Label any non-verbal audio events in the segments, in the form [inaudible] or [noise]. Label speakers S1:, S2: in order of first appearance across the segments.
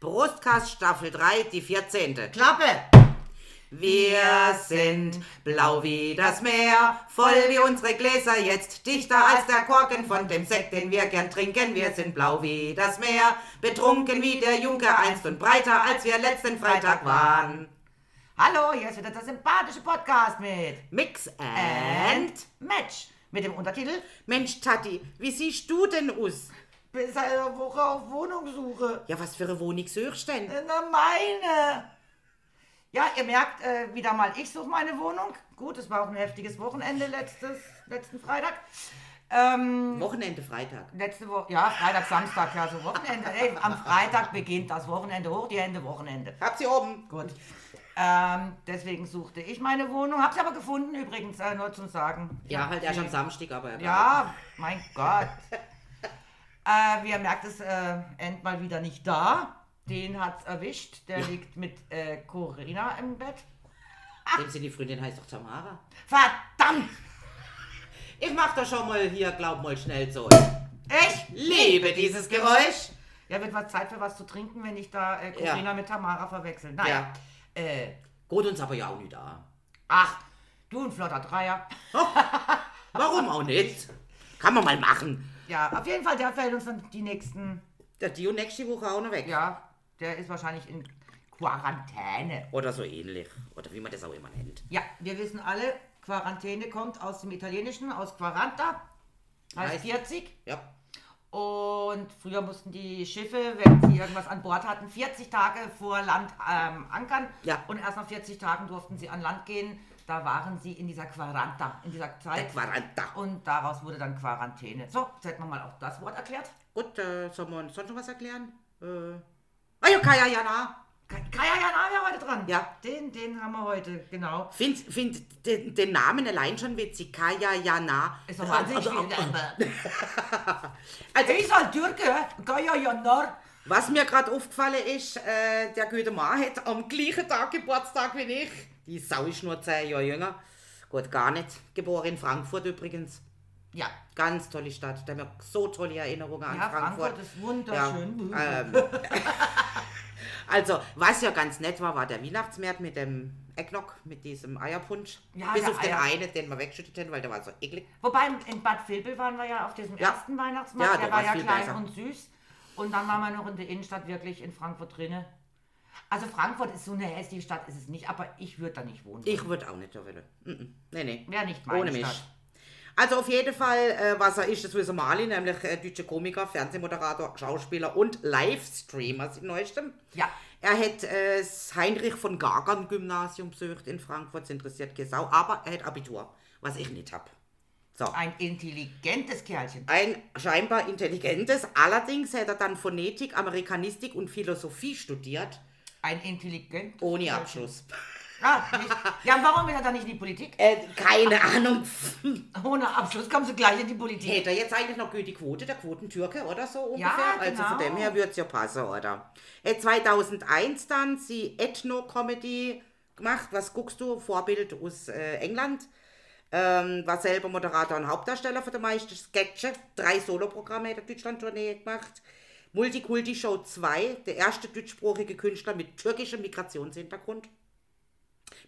S1: Brustkast Staffel 3, die 14.
S2: Klappe!
S1: Wir sind blau wie das Meer, voll wie unsere Gläser jetzt, dichter als der Korken von dem Sekt, den wir gern trinken. Wir sind blau wie das Meer, betrunken wie der Junker einst und breiter, als wir letzten Freitag waren.
S2: Hallo, hier ist wieder der sympathische Podcast mit
S1: Mix and...
S2: Match mit dem Untertitel
S1: Mensch, Tati, wie siehst du denn aus?
S2: Bis eine Woche auf Wohnungssuche.
S1: Ja, was für eine Wohnung suchst denn?
S2: Na meine! Ja, ihr merkt äh, wieder mal, ich suche meine Wohnung. Gut, es war auch ein heftiges Wochenende letztes, letzten Freitag. Ähm,
S1: Wochenende Freitag.
S2: letzte Woche, ja, Freitag, Samstag, ja, so Wochenende. Ey, am Freitag beginnt das Wochenende hoch, die Hände Wochenende.
S1: Hab sie oben.
S2: Gut. Ähm, deswegen suchte ich meine Wohnung, habe sie aber gefunden übrigens, äh, nur zum Sagen.
S1: Ja, halt erst am Samstag, aber...
S2: Ja, mein Gott. äh, wie ihr merkt, ist äh, End mal wieder nicht da. Den hat's erwischt. Der liegt mit äh, Corinna im Bett.
S1: In dem Sinne, die Freundin heißt doch Tamara.
S2: Verdammt!
S1: Ich mach doch schon mal hier, glaub mal schnell so.
S2: Echt?
S1: Liebe dieses Geräusch.
S2: Ja, wird was Zeit für was zu trinken, wenn ich da äh, Corinna
S1: Ja.
S2: mit Tamara verwechsel. Nein.
S1: Ja.
S2: Äh,
S1: Gut, uns aber ja auch nicht da.
S2: ach, du ein flotter Dreier.
S1: Warum auch nicht? Kann man mal machen.
S2: Ja, auf jeden Fall, der fällt uns dann die nächsten.
S1: Der Dio nächste Woche auch noch weg.
S2: Ja, der ist wahrscheinlich in Quarantäne.
S1: Oder so ähnlich. Oder wie man das auch immer nennt.
S2: Ja, wir wissen alle, Quarantäne kommt aus dem Italienischen, aus Quaranta, heißt
S1: Heißt-
S2: 40.
S1: Ja.
S2: Und früher mussten die Schiffe, wenn sie irgendwas an Bord hatten, 40 Tage vor Land ähm, ankern.
S1: Ja.
S2: Und erst nach 40 Tagen durften sie an Land gehen. Da waren sie in dieser Quaranta, in dieser
S1: Der
S2: Zeit.
S1: Quaranta.
S2: Und daraus wurde dann Quarantäne. So, jetzt hätten wir mal auch das Wort erklärt.
S1: Gut, äh, soll man sonst noch was erklären? Äh. Ah, ja, Kaya, ja, na.
S2: Ka- Kaya Jana wäre heute dran.
S1: Ja.
S2: Den, den haben wir heute, genau.
S1: Find, find den, den Namen allein schon witzig. Kaya Jana.
S2: Ist doch wahnsinnig viel.
S1: [laughs] Also,
S2: Ich soll Türke, Kaya Jana.
S1: was mir gerade aufgefallen ist, äh, der gute Mann hat am gleichen Tag Geburtstag wie ich. Die Sau ist nur zehn Jahre jünger. Gut, gar nicht. Geboren in Frankfurt übrigens.
S2: Ja.
S1: Ganz tolle Stadt. Da haben wir so tolle Erinnerungen an
S2: Ja,
S1: Frankfurt.
S2: Frankfurt ist wunderschön.
S1: Ja, ähm, also, was ja ganz nett war, war der Weihnachtsmarkt mit dem Eggnog, mit diesem Eierpunsch.
S2: Ja,
S1: Bis
S2: der
S1: auf den
S2: Eier-
S1: einen, den wir weggeschüttet haben, weil der war so eklig.
S2: Wobei in Bad Vilbel waren wir ja auf diesem
S1: Ja.
S2: ersten Weihnachtsmarkt,
S1: Ja,
S2: der
S1: da
S2: war
S1: war's
S2: ja
S1: viel
S2: klein
S1: besser.
S2: und süß. Und dann waren wir noch in der Innenstadt wirklich in Frankfurt drinne. Also Frankfurt ist so eine hässliche Stadt, ist es nicht, aber ich würde da nicht wohnen.
S1: Ich würde auch nicht da wollen. Mhm. Nee, nee.
S2: Wäre nicht meine
S1: Ohne mich.
S2: Stadt.
S1: halt. Also auf jeden Fall, äh, was er ist, das wissen wir alle, nämlich äh, deutscher Komiker, Fernsehmoderator, Schauspieler und Livestreamer seit neuestem.
S2: Ja,
S1: Er hat äh, das Heinrich von Gagern Gymnasium besucht in Frankfurt, es interessiert keine Sau, aber er hat Abitur, was ich nicht habe. So.
S2: ein intelligentes Kerlchen.
S1: Ein scheinbar intelligentes, allerdings hat er dann Phonetik, Amerikanistik und Philosophie studiert,
S2: Ein intelligent.
S1: ohne Abschluss.
S2: Ah, nicht. Ja, warum will er da nicht in die Politik?
S1: Äh, keine Ahnung,
S2: Ohne Abschluss kommen sie gleich in die Politik.
S1: hätte er jetzt eigentlich noch gute Quote, der Quotentürke oder so ungefähr.
S2: Ja,
S1: Also
S2: genau.
S1: von dem her würde es ja passen, oder? Äh, 2001 dann sie Ethno-Comedy gemacht. Was guckst du? Vorbild aus äh, England. Ähm, war selber Moderator und Hauptdarsteller für die meisten Sketche. Drei Soloprogramme hat er Deutschland-Tournee gemacht. Multikulti-Show 2, der erste deutschsprachige Künstler mit türkischem Migrationshintergrund.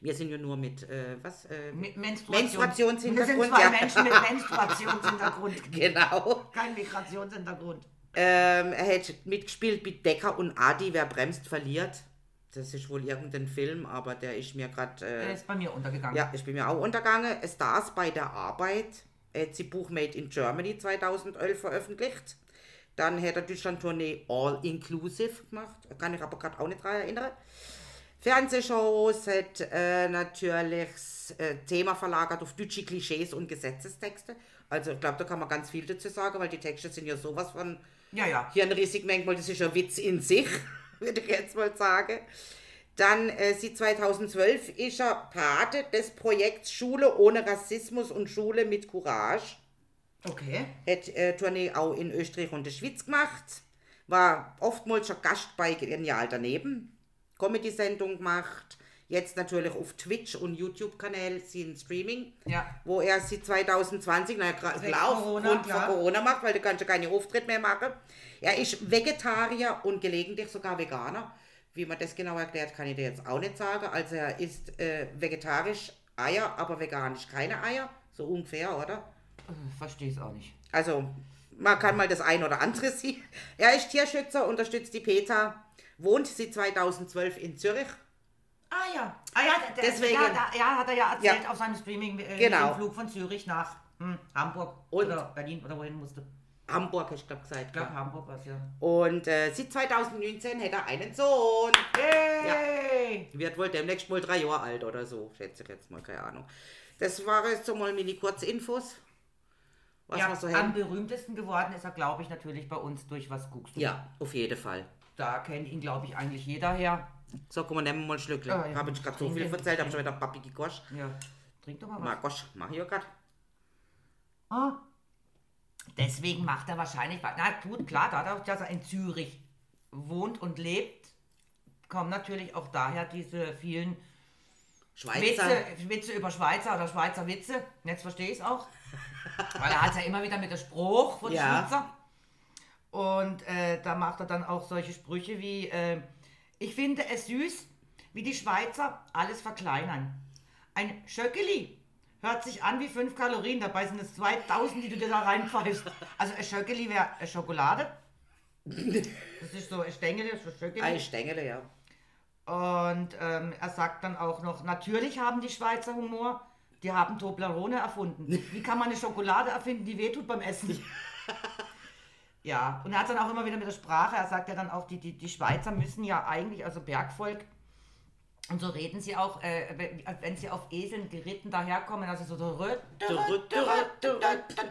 S1: Wir sind ja nur mit, äh, was? Äh, [laughs]
S2: Mit Menstruations- Wir
S1: Menstruationshintergrund,
S2: sind zwei
S1: ja. [laughs]
S2: Menschen mit Menstruationshintergrund,
S1: genau.
S2: kein Migrationshintergrund.
S1: Ähm, er hat mitgespielt mit Decker und Adi, wer bremst, verliert. Das ist wohl irgendein Film, aber der ist mir gerade.
S2: Der
S1: Äh,
S2: ist bei mir untergegangen.
S1: ja, ich bin mir auch untergegangen. Stars bei der Arbeit. Er hat sie Buch Made in Germany 2011 veröffentlicht. Dann hat er Deutschland-Tournee All Inclusive gemacht. Kann ich aber gerade auch nicht dran erinnern. Fernsehshows hat äh, natürlich das äh, Thema verlagert auf deutsche Klischees und Gesetzestexte. Also ich glaube, da kann man ganz viel dazu sagen, weil die Texte sind ja sowas von
S2: ja. ja.
S1: hier ein riesig Merkmal, das ist ein Witz in sich, [laughs] würde ich jetzt mal sagen. Dann, äh, sie 2012 ist er Pate des Projekts Schule ohne Rassismus und Schule mit Courage.
S2: Okay.
S1: Hat äh, Tournee auch in Österreich und der Schweiz gemacht. War oftmals schon Gast bei Genial daneben. Comedy-Sendung gemacht. Jetzt natürlich auf Twitch und YouTube-Kanäl sind Streaming,
S2: Ja.
S1: wo er sie 2020, na ja, gra-
S2: Wegen
S1: klar,
S2: Corona,
S1: aufgrund
S2: klar.
S1: von Corona macht, weil du kannst ja keine Auftritt mehr machen. Er ist Vegetarier und gelegentlich sogar Veganer. Wie man das genau erklärt, kann ich dir jetzt auch nicht sagen. Also er isst äh, vegetarisch Eier, aber veganisch keine Eier. So ungefähr, oder?
S2: Verstehe es auch nicht.
S1: Also, man kann mal das ein oder andere [laughs] sehen. Er ist Tierschützer, unterstützt die PETA, wohnt sie 2012 in Zürich.
S2: Ah ja. Ah ja, der,
S1: Deswegen.
S2: Ja, da, ja, hat er ja erzählt
S1: Ja.
S2: auf seinem Streaming äh,
S1: Genau.
S2: im Flug von Zürich nach hm, Hamburg
S1: Und-
S2: oder Berlin oder wohin musste.
S1: Hamburg, ich glaube gesagt.
S2: Ich glaube
S1: ja.
S2: Hamburg war es ja.
S1: Und äh, seit 2019 hätte er einen Sohn.
S2: Yay!
S1: Wird wohl demnächst mal drei Jahre alt oder so, schätze ich jetzt mal, keine Ahnung. Das waren jetzt so mal Mini-Kurzinfos, was
S2: Ja.
S1: man so
S2: am
S1: hält.
S2: berühmtesten geworden ist er, glaube ich, natürlich bei uns durch Was guckst du?
S1: Ja, auf jeden Fall.
S2: Da kennt ihn, glaube ich, eigentlich jeder her.
S1: So, komm, wir nehmen mal ein Schlückchen.
S2: Ah, ja.
S1: Habe ich gerade so viel
S2: Trinken.
S1: erzählt, habe schon wieder Papi gekoscht.
S2: Ja. Trink doch mal was.
S1: Mal gosch, mach ich ja grad.
S2: Ah. Deswegen macht er wahrscheinlich, was- na gut, klar, dadurch, dass er in Zürich wohnt und lebt, kommen natürlich auch daher diese vielen
S1: Schweizer.
S2: Witze, Witze über Schweizer oder Schweizer Witze. Jetzt verstehe ich
S1: [laughs]
S2: es auch. Weil er hat ja immer wieder mit dem Spruch von
S1: Ja.
S2: Schweizer. Und äh, da macht er dann auch solche Sprüche wie, äh, ich finde es süß, wie die Schweizer alles verkleinern. Ein Schöckeli hört sich an wie 5 Kalorien, dabei sind es 2000, die du dir da reinpfeifst. Also ein Schöckeli wäre
S1: [laughs]
S2: äh, Schokolade. Das ist so, ich denke, das ist Schöckeli.
S1: Ein Stängel, ja.
S2: Und ähm, er sagt dann auch noch, natürlich haben die Schweizer Humor, die haben Toblerone erfunden. Wie kann man eine Schokolade erfinden, die wehtut beim Essen? ja, und er hat dann auch immer wieder mit der Sprache, er sagt ja dann auch, die, die, die Schweizer müssen ja eigentlich, also Bergvolk, und so reden sie auch, äh, wenn- als wenn sie auf Eseln geritten daherkommen, also so dürrö, dürrö, dürrö, dürrö, dürrö, dürrö,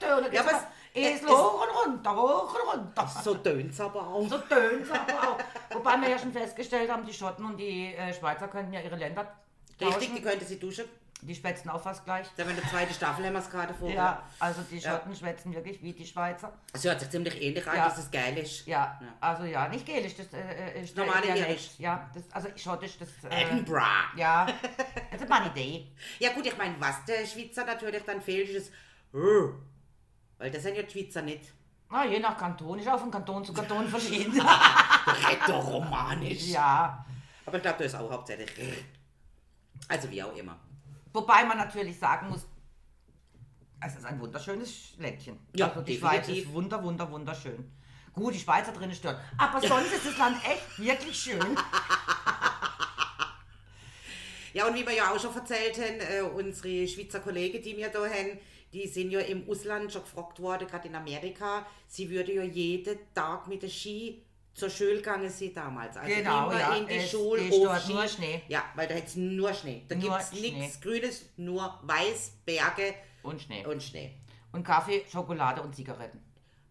S2: dürrö. Und dann
S1: Ja,
S2: geht's
S1: aber
S2: immer,
S1: es-
S2: Esel
S1: es-
S2: hoch und runter, hoch und runter.
S1: So tönt es aber auch.
S2: So tönt es aber auch. Wobei wir ja schon festgestellt haben, die Schotten und die äh, Schweizer könnten ja ihre Länder
S1: Richtig, die
S2: tauschen.
S1: könnte sie duschen.
S2: Die schwätzen auch fast gleich.
S1: Da haben wir eine zweite Staffel, haben wir es gerade vor.
S2: Ja, also die Schotten schwätzen wirklich wie die Schweizer.
S1: Es hört sich ziemlich ähnlich an,
S2: Ja.
S1: dass es geil ist.
S2: Ja,
S1: Ja.
S2: also ja, nicht gälisch, das äh, ist
S1: Normale
S2: ja,
S1: Gälisch.
S2: Ja, das, also schottisch, das. Äh,
S1: Edinburgh.
S2: ja, it's a money day.
S1: Ja gut, ich meine, was der Schweizer natürlich dann fehlt, ist das «Äh». Weil das sind ja die Schweizer nicht.
S2: Na, je nach Kanton, ist auch von Kanton zu Kanton verschieden.
S1: Rätoromanisch.
S2: ja.
S1: Aber ich glaube, das ist auch hauptsächlich «Äh». Also wie auch immer.
S2: Wobei man natürlich sagen muss, es ist ein wunderschönes Ländchen.
S1: Ja,
S2: also die
S1: definitiv.
S2: Schweiz ist wunder, wunder, wunderschön. Gut, die Schweizer drinnen stören. Aber sonst ist das Land echt wirklich
S1: [laughs]
S2: schön.
S1: Ja, und wie wir ja auch schon erzählt haben, äh, unsere Schweizer Kollegen, die wir da haben, die sind ja im Ausland schon gefragt worden, gerade in Amerika, sie würde ja jeden Tag mit der Ski zur Schule gegangen sie damals. Also
S2: Genau,
S1: immer
S2: ja,
S1: in die
S2: es
S1: Schule
S2: ist
S1: auf
S2: dort
S1: Ski.
S2: nur Schnee.
S1: Ja, weil da hätt's nur Schnee. Da
S2: Nur
S1: gibt's nichts
S2: Schnee.
S1: Grünes, nur Weiß, Berge
S2: Und Schnee.
S1: und Schnee.
S2: Und Kaffee, Schokolade und Zigaretten.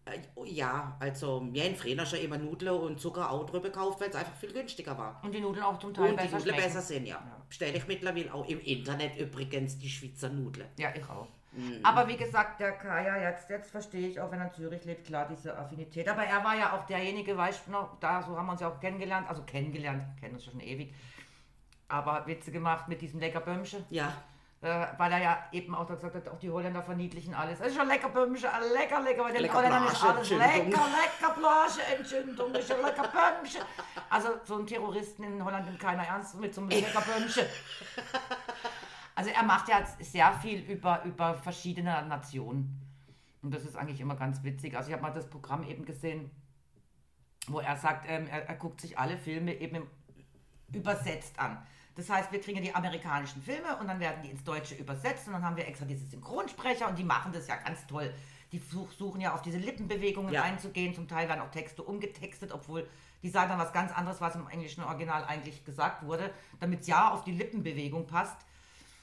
S1: Äh, Ja, also wir in Frena schon immer Nudeln und Zucker auch drüber gekauft, weil es einfach viel günstiger war.
S2: Und die Nudeln auch zum
S1: Und
S2: Teil
S1: die
S2: besser
S1: Nudeln
S2: schmecken.
S1: besser sind, ja. Bestelle ich mittlerweile auch im Internet übrigens die Schweizer Nudeln.
S2: Ja, ich auch. Aber wie gesagt, der Kaya, jetzt, jetzt verstehe ich auch, wenn er in Zürich lebt, klar, diese Affinität. Aber er war ja auch derjenige, weißt du noch, da, so haben wir uns ja auch kennengelernt. Also kennengelernt, kennen uns ja schon ewig. Aber Witze gemacht mit diesem Leckerbömmchen.
S1: Ja,
S2: Äh, weil er ja eben auch da gesagt hat, auch die Holländer verniedlichen alles. Das ist schon lecker Böhmische, äh, lecker, lecker, weil den
S1: Lecker
S2: Holländern ist alles lecker,
S1: Blasenentzündung.
S2: lecker Blasenentzündung, ist ein lecker Böhmische. Also so einen Terroristen in Holland nimmt keiner ernst mit so einem lecker Böhmische. Also er macht ja sehr viel über, über verschiedene Nationen. Und das ist eigentlich immer ganz witzig. Also ich habe mal das Programm eben gesehen, wo er sagt, ähm, er, er guckt sich alle Filme eben im übersetzt an. Das heißt, wir kriegen die amerikanischen Filme und dann werden die ins Deutsche übersetzt und dann haben wir extra diese Synchronsprecher und die machen das ja ganz toll. Die such- suchen ja auf diese Lippenbewegungen
S1: Ja.
S2: einzugehen. Zum Teil werden auch Texte umgetextet, obwohl die sagen dann was ganz anderes, was im englischen Original eigentlich gesagt wurde, damit es ja auf die Lippenbewegung passt.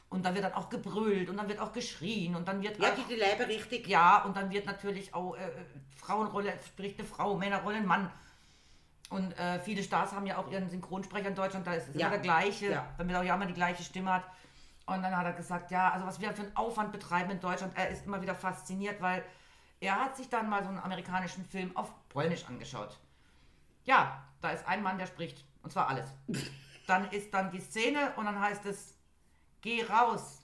S2: Und da wird dann auch gebrüllt und dann wird auch geschrien und dann wird
S1: ja
S2: auch-
S1: die, die Leibe richtig.
S2: ja, und dann wird natürlich auch äh, Frauenrolle spricht eine Frau, Männerrolle ein Mann. Und äh, viele Stars haben ja auch ihren Synchronsprecher in Deutschland, da ist es
S1: Ja.
S2: immer der gleiche,
S1: Ja.
S2: damit er auch ja immer die gleiche Stimme hat. Und dann hat er gesagt, ja, also was wir für einen Aufwand betreiben in Deutschland, er ist immer wieder fasziniert, weil er hat sich dann mal so einen amerikanischen Film
S1: [laughs]
S2: auf Polnisch angeschaut. Ja, da ist ein Mann, der spricht. Und zwar alles. dann ist dann die Szene und dann heißt es, geh raus.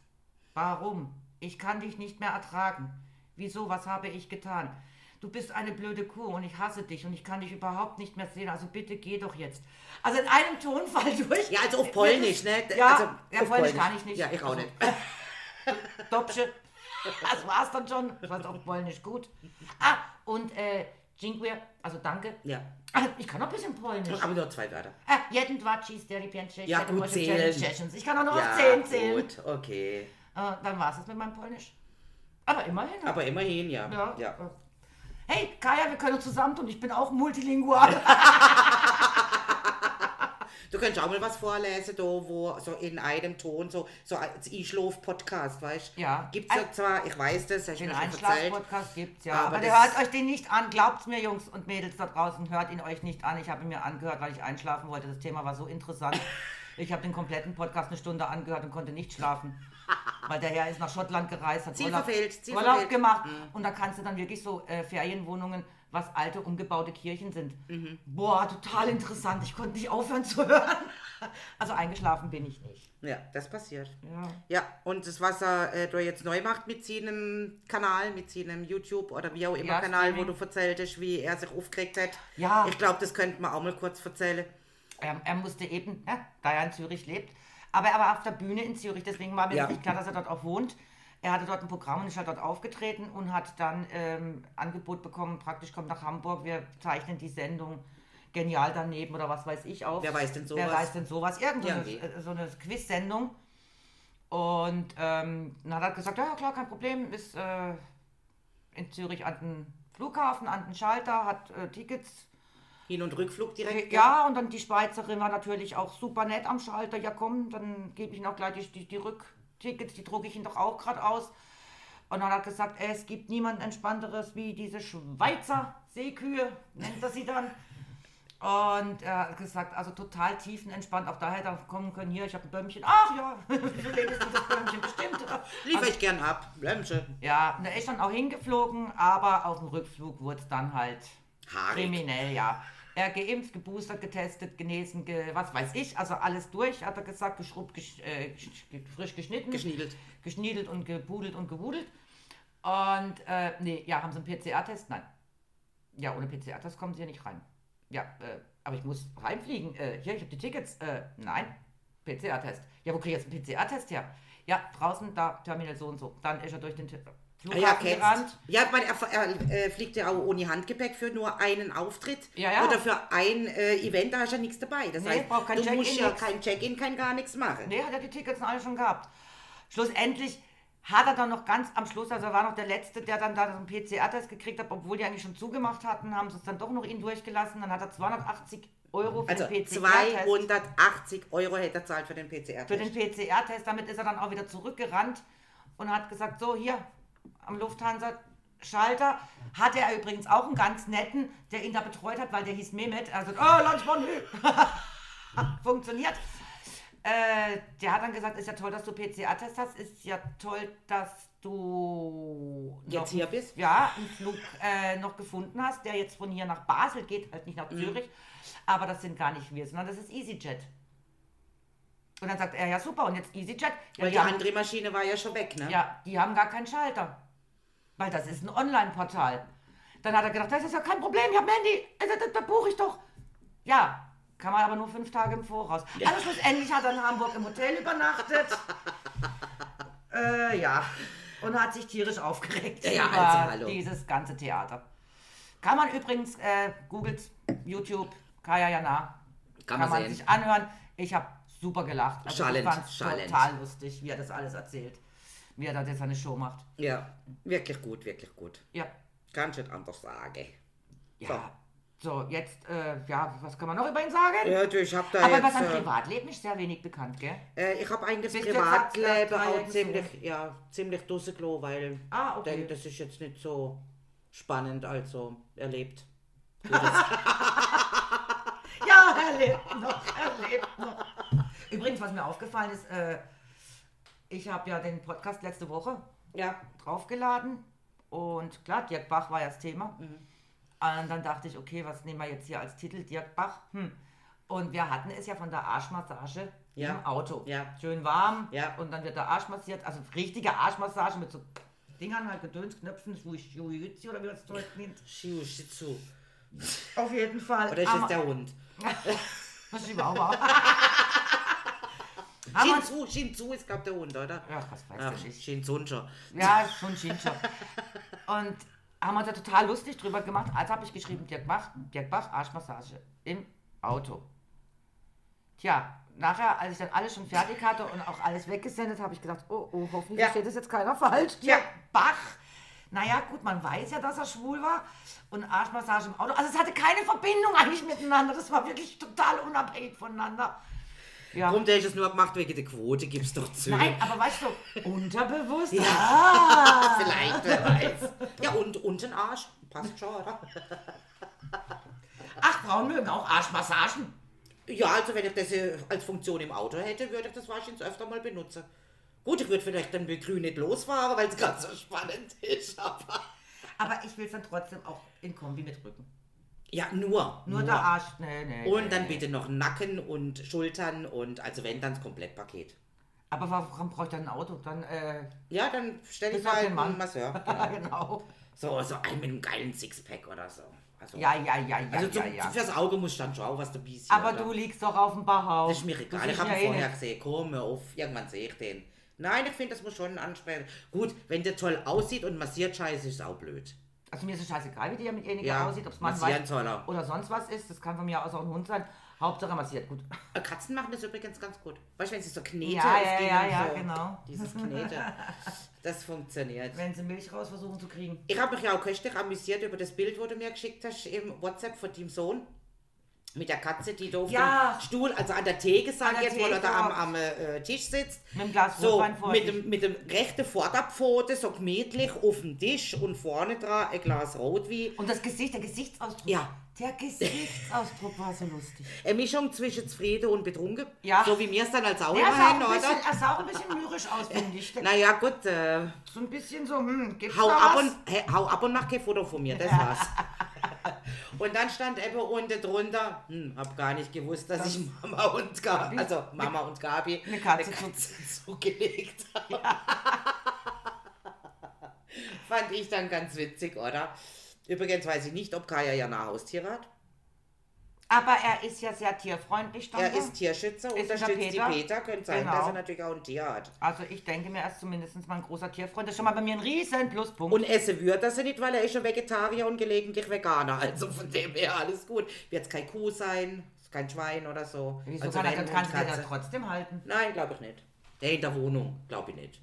S2: Warum? Ich kann dich nicht mehr ertragen. Wieso? Was habe ich getan? Du bist eine blöde Kuh und ich hasse dich und ich kann dich überhaupt nicht mehr sehen. Also bitte geh doch jetzt. Also in einem Tonfall durch.
S1: Ja, also auf Polnisch, ne?
S2: Ja,
S1: also,
S2: ja, Polnisch kann ich nicht. Also-
S1: Ja, ich auch nicht.
S2: Dobsche. Das war's dann schon. Das war auf Polnisch gut. Ah, und äh, Dziękuję, also danke.
S1: Ja.
S2: Ah, Ich kann auch ein bisschen Polnisch.
S1: Aber nur zwei Wörter.
S2: Ah, jeden dwa cztery, pięć, sześć,
S1: Ja,
S2: siedem,
S1: gut,
S2: osiem, dziewięć,
S1: zählen.
S2: dziesięć. Ich kann auch noch
S1: ja,
S2: auf zehn zählen.
S1: gut, okay.
S2: Äh, dann war's das mit meinem Polnisch. Aber immerhin.
S1: Aber immerhin, ja.
S2: Ja.
S1: ja.
S2: Hey, Kaya, wir können uns zusammentun. Ich bin auch multilingual.
S1: Du könntest auch mal was vorlesen, da, wo so in einem Ton, so, so als Einschlaf-Podcast, weißt du?
S2: Ja.
S1: Gibt's ja zwar, ich weiß das, hast du
S2: Den
S1: mir schon erzählt.
S2: Einschlaf-Podcast gibt's ja.
S1: Aber
S2: Aber, der
S1: das-
S2: hört euch den nicht an. Glaubt's mir, Jungs und Mädels da draußen, hört ihn euch nicht an. Ich habe ihn mir angehört, weil ich einschlafen wollte. Das Thema war
S1: [laughs]
S2: so interessant. Ich habe den kompletten Podcast eine Stunde angehört und konnte
S1: [laughs]
S2: nicht schlafen. Weil der Herr ist nach Schottland gereist, hat
S1: Ziel
S2: Urlaub,
S1: verfehlt, Ziel
S2: Urlaub
S1: verfehlt. Mhm.
S2: gemacht. Und da kannst du dann wirklich so äh, Ferienwohnungen, was alte, umgebaute Kirchen sind.
S1: Mhm.
S2: Boah, total interessant. Ich konnte nicht aufhören zu [laughs] hören. Also eingeschlafen bin ich nicht.
S1: Ja, das passiert.
S2: Ja.
S1: Ja, und das, was er äh, da jetzt neu macht mit seinem Kanal, mit seinem YouTube oder wie auch immer
S2: Ja,
S1: Kanal, wo
S2: Streaming.
S1: du erzählt hast, wie er sich aufgeregt hat.
S2: Ja.
S1: Ich glaube, das könnten wir auch mal kurz erzählen.
S2: Er, er musste eben, ne, da er in Zürich lebt, aber er war auf der Bühne in Zürich, deswegen war mir
S1: Ja.
S2: das nicht klar, dass er dort auch wohnt. Er hatte dort ein Programm und ist halt dort aufgetreten und hat dann ähm, Angebot bekommen, praktisch kommt nach Hamburg, wir zeichnen die Sendung genial daneben oder was weiß ich auf.
S1: Wer weiß denn
S2: Wer
S1: sowas?
S2: weiß denn sowas? Irgend so eine,
S1: Irgendwie.
S2: äh, so eine Quiz-Sendung. Und ähm, dann hat er gesagt, ja klar, kein Problem, ist äh, in Zürich an den Flughafen, an den Schalter, hat äh, Tickets
S1: Hin- und Rückflug direkt.
S2: ja, und dann die Schweizerin war natürlich auch super nett am Schalter. Ja, komm, dann gebe ich noch gleich die, die, die Rücktickets, die drucke ich Ihnen doch auch gerade aus. Und dann hat er gesagt, es gibt niemand entspannteres wie diese Schweizer Seekühe, nennt er sie dann. Und er hat gesagt, also total tiefenentspannt, auch daher darauf kommen können, hier, ich habe ein Bömmchen. Ach ja, [laughs] wenigstens um das Bömmchen bestimmt.
S1: Lief
S2: Also
S1: ich gern ab. Blämsche.
S2: Ja, und er ist dann auch hingeflogen, aber auf dem Rückflug wurde es dann halt
S1: Haarig.
S2: Kriminell, ja. Er geimpft, geboostert, getestet, genesen, ge was weiß ich, also alles durch, hat er gesagt, geschrubbt, gesch äh, gesch ge- frisch geschnitten,
S1: Geschniedelt.
S2: geschniedelt und gebudelt und gewudelt. Und äh, nee, ja, haben sie einen PCR-Test? Nein. Ja, ohne PCR-Test kommen sie ja nicht rein. Ja, äh, aber ich muss reinfliegen. Äh, hier, ich habe die Tickets. Äh, nein, PCR-Test. Ja, wo kriege ich jetzt einen PCR-Test her? Ja, draußen, da, Terminal so und so. Dann ist er durch den T- Flughafen
S1: Ah Ja,
S2: gerannt.
S1: kennst. Ja, man, er, er äh, fliegt ja auch ohne Handgepäck für nur einen Auftritt
S2: Ja, ja.
S1: oder für ein äh, Event, da hast du ja nichts dabei. Das
S2: Nee,
S1: heißt,
S2: braucht kein
S1: du
S2: Check-in,
S1: musst ja
S2: nix.
S1: kein Check-in, kein gar nichts machen.
S2: Nee, hat er die Tickets alle schon gehabt. Schlussendlich hat er dann noch ganz am Schluss, also er war noch der Letzte, der dann da so einen PCR-Test gekriegt hat, obwohl die eigentlich schon zugemacht hatten, haben sie es dann doch noch ihn durchgelassen. Dann hat er 280 Euro für
S1: Also
S2: den PCR-Test.
S1: 280 Euro hätte er zahlt für den PCR-Test.
S2: Für den PCR-Test, damit ist er dann auch wieder zurückgerannt und hat gesagt, so hier am Lufthansa. Schalter hatte er übrigens auch einen ganz netten, der ihn da betreut hat, weil der hieß Mehmet. Also, oh, Lunchmann, [laughs] funktioniert. Äh, der hat dann gesagt, ist ja toll, dass du PCR-Test hast, ist ja toll, dass du
S1: Jetzt
S2: noch-
S1: hier bist?
S2: Ja, einen Flug äh, noch gefunden hast, der jetzt von hier nach Basel geht, halt nicht nach Zürich, aber das sind gar nicht wir, sondern das ist EasyJet. Und dann sagt er, ja super, und jetzt EasyJet, ja,
S1: Weil
S2: die,
S1: die
S2: haben,
S1: andere Maschine war ja schon weg, ne?
S2: ja, die haben gar keinen Schalter, weil das ist ein Online-Portal. Dann hat er gedacht, das ist ja kein Problem, ich habe Handy, da, da, da buche ich doch. Ja, kann man aber nur fünf Tage im Voraus. Also schlussendlich hat er in Hamburg im Hotel übernachtet.
S1: [laughs]
S2: äh, ja. Und hat sich tierisch aufgeregt
S1: Ja, ja,
S2: über
S1: also, hallo.
S2: dieses ganze Theater. Kann man übrigens, äh, googelt YouTube, Kaya Jana,
S1: Kann
S2: kann,
S1: man
S2: man
S1: sehen.
S2: sich anhören. Ich habe super gelacht. Also ich
S1: Schallend,
S2: fand's
S1: schallend.
S2: total lustig, wie er das alles erzählt. Wie er da jetzt seine Show macht.
S1: Ja, wirklich gut, wirklich gut.
S2: Ja,
S1: Kannst nicht anders sagen.
S2: ja. So, jetzt, äh, ja, was kann man noch über ihn sagen?
S1: Ja, du, ich hab da
S2: Aber über
S1: jetzt...
S2: sein
S1: äh,
S2: Privatleben ist sehr wenig bekannt, gell?
S1: äh, ich hab eigentlich das
S2: Bist du jetzt
S1: Privatleben
S2: Satz-
S1: auch
S2: Satz-
S1: ziemlich, ja, ziemlich dusseglo, weil
S2: Ah,
S1: ich
S2: okay.
S1: denke, das ist jetzt nicht so spannend, also erlebt.
S2: Ja, er lebt noch, er lebt noch. Übrigens, was mir aufgefallen ist, äh, ich habe ja den Podcast letzte Woche
S1: Ja.
S2: draufgeladen und klar, Dirk Bach
S1: Mhm.
S2: war ja das Thema. Und dann dachte ich, okay, was nehmen wir jetzt hier als Titel? Dirk Bach? Hm. Und wir hatten es ja von der Arschmassage
S1: Ja.
S2: im Auto.
S1: Ja.
S2: Schön warm.
S1: Ja.
S2: Und dann wird der Arsch massiert. Also richtige Arschmassage mit so Dingern, halt Gedönsknöpfen, Jujutsu oder wie das Zeug nennt.
S1: Shiu Shih Tzu.
S2: Auf jeden Fall.
S1: Oder ist
S2: Haben-
S1: es der Hund?
S2: Das ist
S1: [laughs]
S2: überhaupt.
S1: Shih
S2: Aber,
S1: Tzu, Shih Tzu ist, glaube der Hund, oder?
S2: ja, was weiß
S1: Ach,
S2: ich nicht.
S1: Shih Tzu schon.
S2: Ja, schon Shincho. Und haben uns ja total lustig drüber gemacht. Also habe ich geschrieben, Dirk Bach, Dirk Bach, Arschmassage im Auto. Tja, nachher, als ich dann alles schon fertig hatte und auch alles weggesendet, habe ich gedacht, oh, oh, hoffentlich
S1: Ja.
S2: versteht das jetzt keiner falsch.
S1: Ja.
S2: Dirk Bach. Naja, gut, man weiß ja, dass er schwul war. Und Arschmassage im Auto. Also es hatte keine Verbindung eigentlich miteinander. Das war wirklich total unabhängig voneinander. Ja.
S1: Warum der ich es nur gemacht wegen der Quote, gibt's doch zu.
S2: Nein, aber weißt du, unterbewusst.
S1: Ah, [laughs] vielleicht, wer weiß. [laughs] Ja, und, und ein Arsch. Passt schon, oder?
S2: Ach, Frauen mögen auch Arschmassagen.
S1: Ja, also wenn ich das äh, als Funktion im Auto hätte, würde ich das wahrscheinlich öfter mal benutzen. Gut, ich würde vielleicht dann mit Grün nicht losfahren, weil es gerade so spannend ist, aber...
S2: Aber ich will es dann trotzdem auch in Kombi mit Rücken.
S1: Ja, nur.
S2: Nur der Arsch. Nee, nee, nee,
S1: Und dann
S2: nee.
S1: bitte noch Nacken und Schultern und also wenn, dann das Komplettpaket.
S2: Aber warum brauche ich dann ein Auto? Dann, äh,
S1: Ja, dann stelle ich
S2: Bis auf
S1: mal
S2: den
S1: einen halt
S2: Mann. [laughs]
S1: Masseur.
S2: genau.
S1: So, so einen mit einem geilen Sixpack oder so. Also,
S2: Ja, ja, ja, ja,
S1: also
S2: ja,
S1: zum,
S2: ja.
S1: fürs Auge muss dann schon auch was dabei sein.
S2: Aber
S1: oder?
S2: du liegst doch auf dem Bauhaus.
S1: Das ist mir egal, ich
S2: eh
S1: habe ihn vorher gesehen. Komm, hör auf, irgendwann sehe ich den. Nein, ich finde, das muss schon ansprechen. Gut, wenn der toll aussieht und massiert scheiße, ist auch blöd.
S2: Also mir ist es scheißegal, wie die derjenige
S1: Ja,
S2: aussieht, ob es Mann
S1: massieren
S2: weiß
S1: soll er.
S2: oder sonst was ist. Das kann von mir aus auch ein Hund sein. Hauptsache massiert. Gut.
S1: Äh, Katzen machen das übrigens ganz gut. Weißt du, wenn sie so knete
S2: Ja,
S1: es
S2: ja,
S1: ging
S2: ja,
S1: und
S2: ja,
S1: so.
S2: genau.
S1: Dieses
S2: [laughs]
S1: Knete. Das funktioniert.
S2: Wenn sie Milch raus versuchen zu kriegen.
S1: Ich habe mich ja auch köstlich amüsiert über das Bild, wo du mir geschickt hast im WhatsApp von deinem Sohn. Mit der Katze, die da auf
S2: Ja.
S1: dem Stuhl, also an der Theke, sag
S2: An
S1: ich
S2: der
S1: jetzt mal,
S2: Theke,
S1: oder am,
S2: ja.
S1: am äh, Tisch sitzt.
S2: Mit dem Glas
S1: So,
S2: Rotwein vor
S1: mit
S2: sich.
S1: dem, mit dem rechten Vorderpfote, so gemütlich auf dem Tisch und vorne dran ein Glas Rotwein.
S2: Und das Gesicht, der Gesichtsausdruck.
S1: Ja.
S2: Der Gesichtsausdruck war so lustig.
S1: Eine Mischung zwischen zufrieden und betrunken.
S2: Ja.
S1: So wie mir es dann als Auer
S2: Der sah auch
S1: hin,
S2: ein bisschen,
S1: oder?
S2: er sah auch ein bisschen mürrisch aus, finde ich. Der
S1: Naja, gut, äh,
S2: So ein bisschen so, hm, gibt's
S1: hau,
S2: da
S1: ab
S2: was?
S1: und, hä, hau ab und mach kein Foto von mir, das war's. [laughs] und dann stand eben unten drunter, hm, hab gar nicht gewusst, dass ich Mama und Gabi, also Mama und Gabi,
S2: Eine Katze zu-
S1: zugelegt habe. [laughs] Fand ich dann ganz witzig, oder? Übrigens weiß ich nicht, ob Kaya ja ein Haustier hat.
S2: Aber er ist ja sehr tierfreundlich, Tonka.
S1: Er ist Tierschützer,
S2: Ist
S1: unterstützt
S2: unser
S1: die
S2: Peter.
S1: Peter. Könnte sein,
S2: Genau.
S1: dass er natürlich auch ein Tier hat.
S2: Also ich denke mir, er ist zumindest mal ein großer Tierfreund. Das ist schon mal bei mir ein riesen Pluspunkt.
S1: Und essen würde er nicht, weil er ist ein Vegetarier und gelegentlich Veganer. Also von dem her alles gut. Wird es kein Kuh sein, kein Schwein oder so.
S2: Wieso
S1: also
S2: kann er,
S1: wenn,
S2: dann kannst du
S1: dann
S2: den ja
S1: Katze.
S2: trotzdem halten.
S1: Nein, glaube ich nicht. Der in der Wohnung, glaube ich nicht.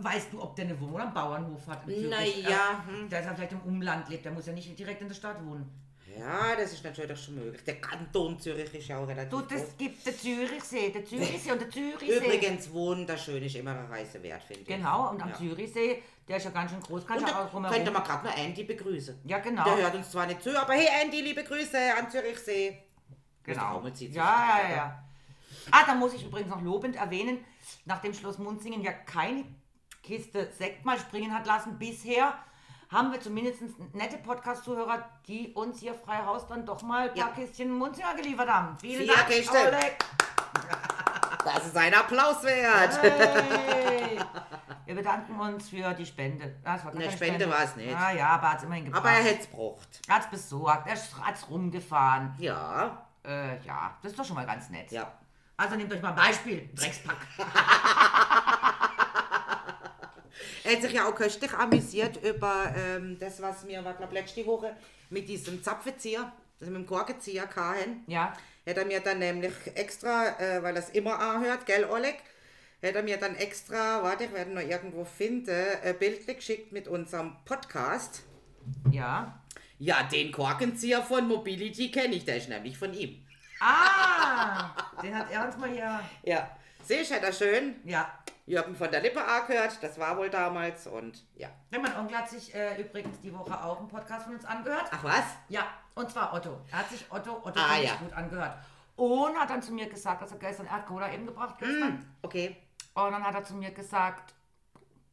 S2: Weißt du, ob der eine Wohnung oder einen Bauernhof hat? in Zürich?
S1: Naja,
S2: Äh, Der ist ja vielleicht im Umland lebt, der muss ja nicht direkt in der Stadt wohnen.
S1: Ja, das ist natürlich schon möglich. Der Kanton Zürich ist ja auch relativ
S2: Du,
S1: groß.
S2: das gibt der Zürichsee, der Zürichsee und der Zürichsee.
S1: Übrigens, wunderschön ist immer eine Reise wert, finde ich.
S2: Genau, und am
S1: Ja.
S2: Zürichsee, der ist ja ganz schön groß, kann
S1: Und
S2: ja
S1: da
S2: auch
S1: könnte
S2: rumherum.
S1: man gerade noch Andy begrüßen.
S2: Ja, genau.
S1: Der hört uns zwar nicht zu, aber hey Andy, liebe Grüße an Zürichsee. Müsste
S2: Genau.
S1: auch mal
S2: Ja, ja,
S1: ziehen.
S2: ja. Ah, da muss ich übrigens noch lobend erwähnen, nachdem Schloss Munzingen ja keine Kiste Sekt mal springen hat lassen bisher, haben wir zumindest nette Podcast-Zuhörer, die uns hier frei Haus dann doch mal ein paar
S1: Ja.
S2: Kistchen Munzinger geliefert haben. Vielen
S1: Vier
S2: Dank,
S1: Kisten.
S2: Oleg.
S1: Das ist ein Applaus wert.
S2: Hey. Wir bedanken uns für die Spende. Ah, es war gar
S1: Eine
S2: keine
S1: Spende war es nicht.
S2: Ah ja, aber hat es immerhin gebracht.
S1: Aber er hätte es braucht.
S2: er hat es besorgt, er hat es rumgefahren.
S1: Ja,
S2: Äh, ja, das ist doch schon mal ganz nett.
S1: ja.
S2: Also nehmt euch mal ein Beispiel, Dreckspack.
S1: Er hat sich ja auch köstlich amüsiert über ähm, das, was mir, war glaube letzte Woche, mit diesem Zapfenzieher, also mit dem Korkenzieher kahen.
S2: Ja,
S1: Hätte er mir dann nämlich extra, äh, weil er es immer A hört, gell, Oleg? Hätte er mir dann extra, warte, ich werde ihn noch irgendwo finden, äh, bildlich geschickt mit unserem Podcast.
S2: ja.
S1: Ja, den Korkenzieher von Mobility kenne ich, der ist nämlich von ihm.
S2: Ah, den hat er uns mal hier.
S1: Ja. Siehst, hätte er schön
S2: Ja.
S1: Jürgen von der Lippe A gehört, das war wohl damals und ja.
S2: Ja, mein Onkel hat sich äh, übrigens die Woche auch einen Podcast von uns angehört.
S1: Ach was?
S2: Ja, und zwar Otto. Er hat sich Otto, Otto
S1: Ah,
S2: ah,
S1: ja.
S2: gut angehört. Und hat dann zu mir gesagt, dass er gestern, er hat Cola eben gebracht gestern.
S1: Hm. Okay.
S2: Und dann hat er zu mir gesagt,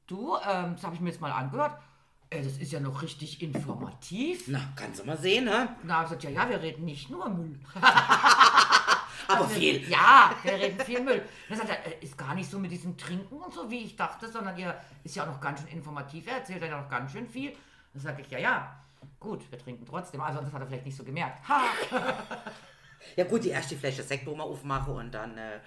S2: du, ähm, das habe ich mir jetzt mal angehört. Äh, das ist ja noch richtig informativ.
S1: Na, kannst du mal sehen, ne?
S2: Na, ich gesagt, ja, ja, wir reden nicht nur Müll.
S1: Aber
S3: Also-
S2: wir-
S1: viel.
S2: Ja, wir reden viel Müll. Und er sagt, er, äh, ist gar nicht so mit diesem Trinken und so, wie ich dachte, sondern ihr ist ja auch noch ganz schön informativ, er erzählt ja noch ganz schön viel. Und dann sage ich, ja, ja, gut, wir trinken trotzdem. Also das hat er vielleicht nicht so gemerkt. Ha!
S1: Ja gut, die erste Flasche Sekt, wo man aufmache und dann, äh,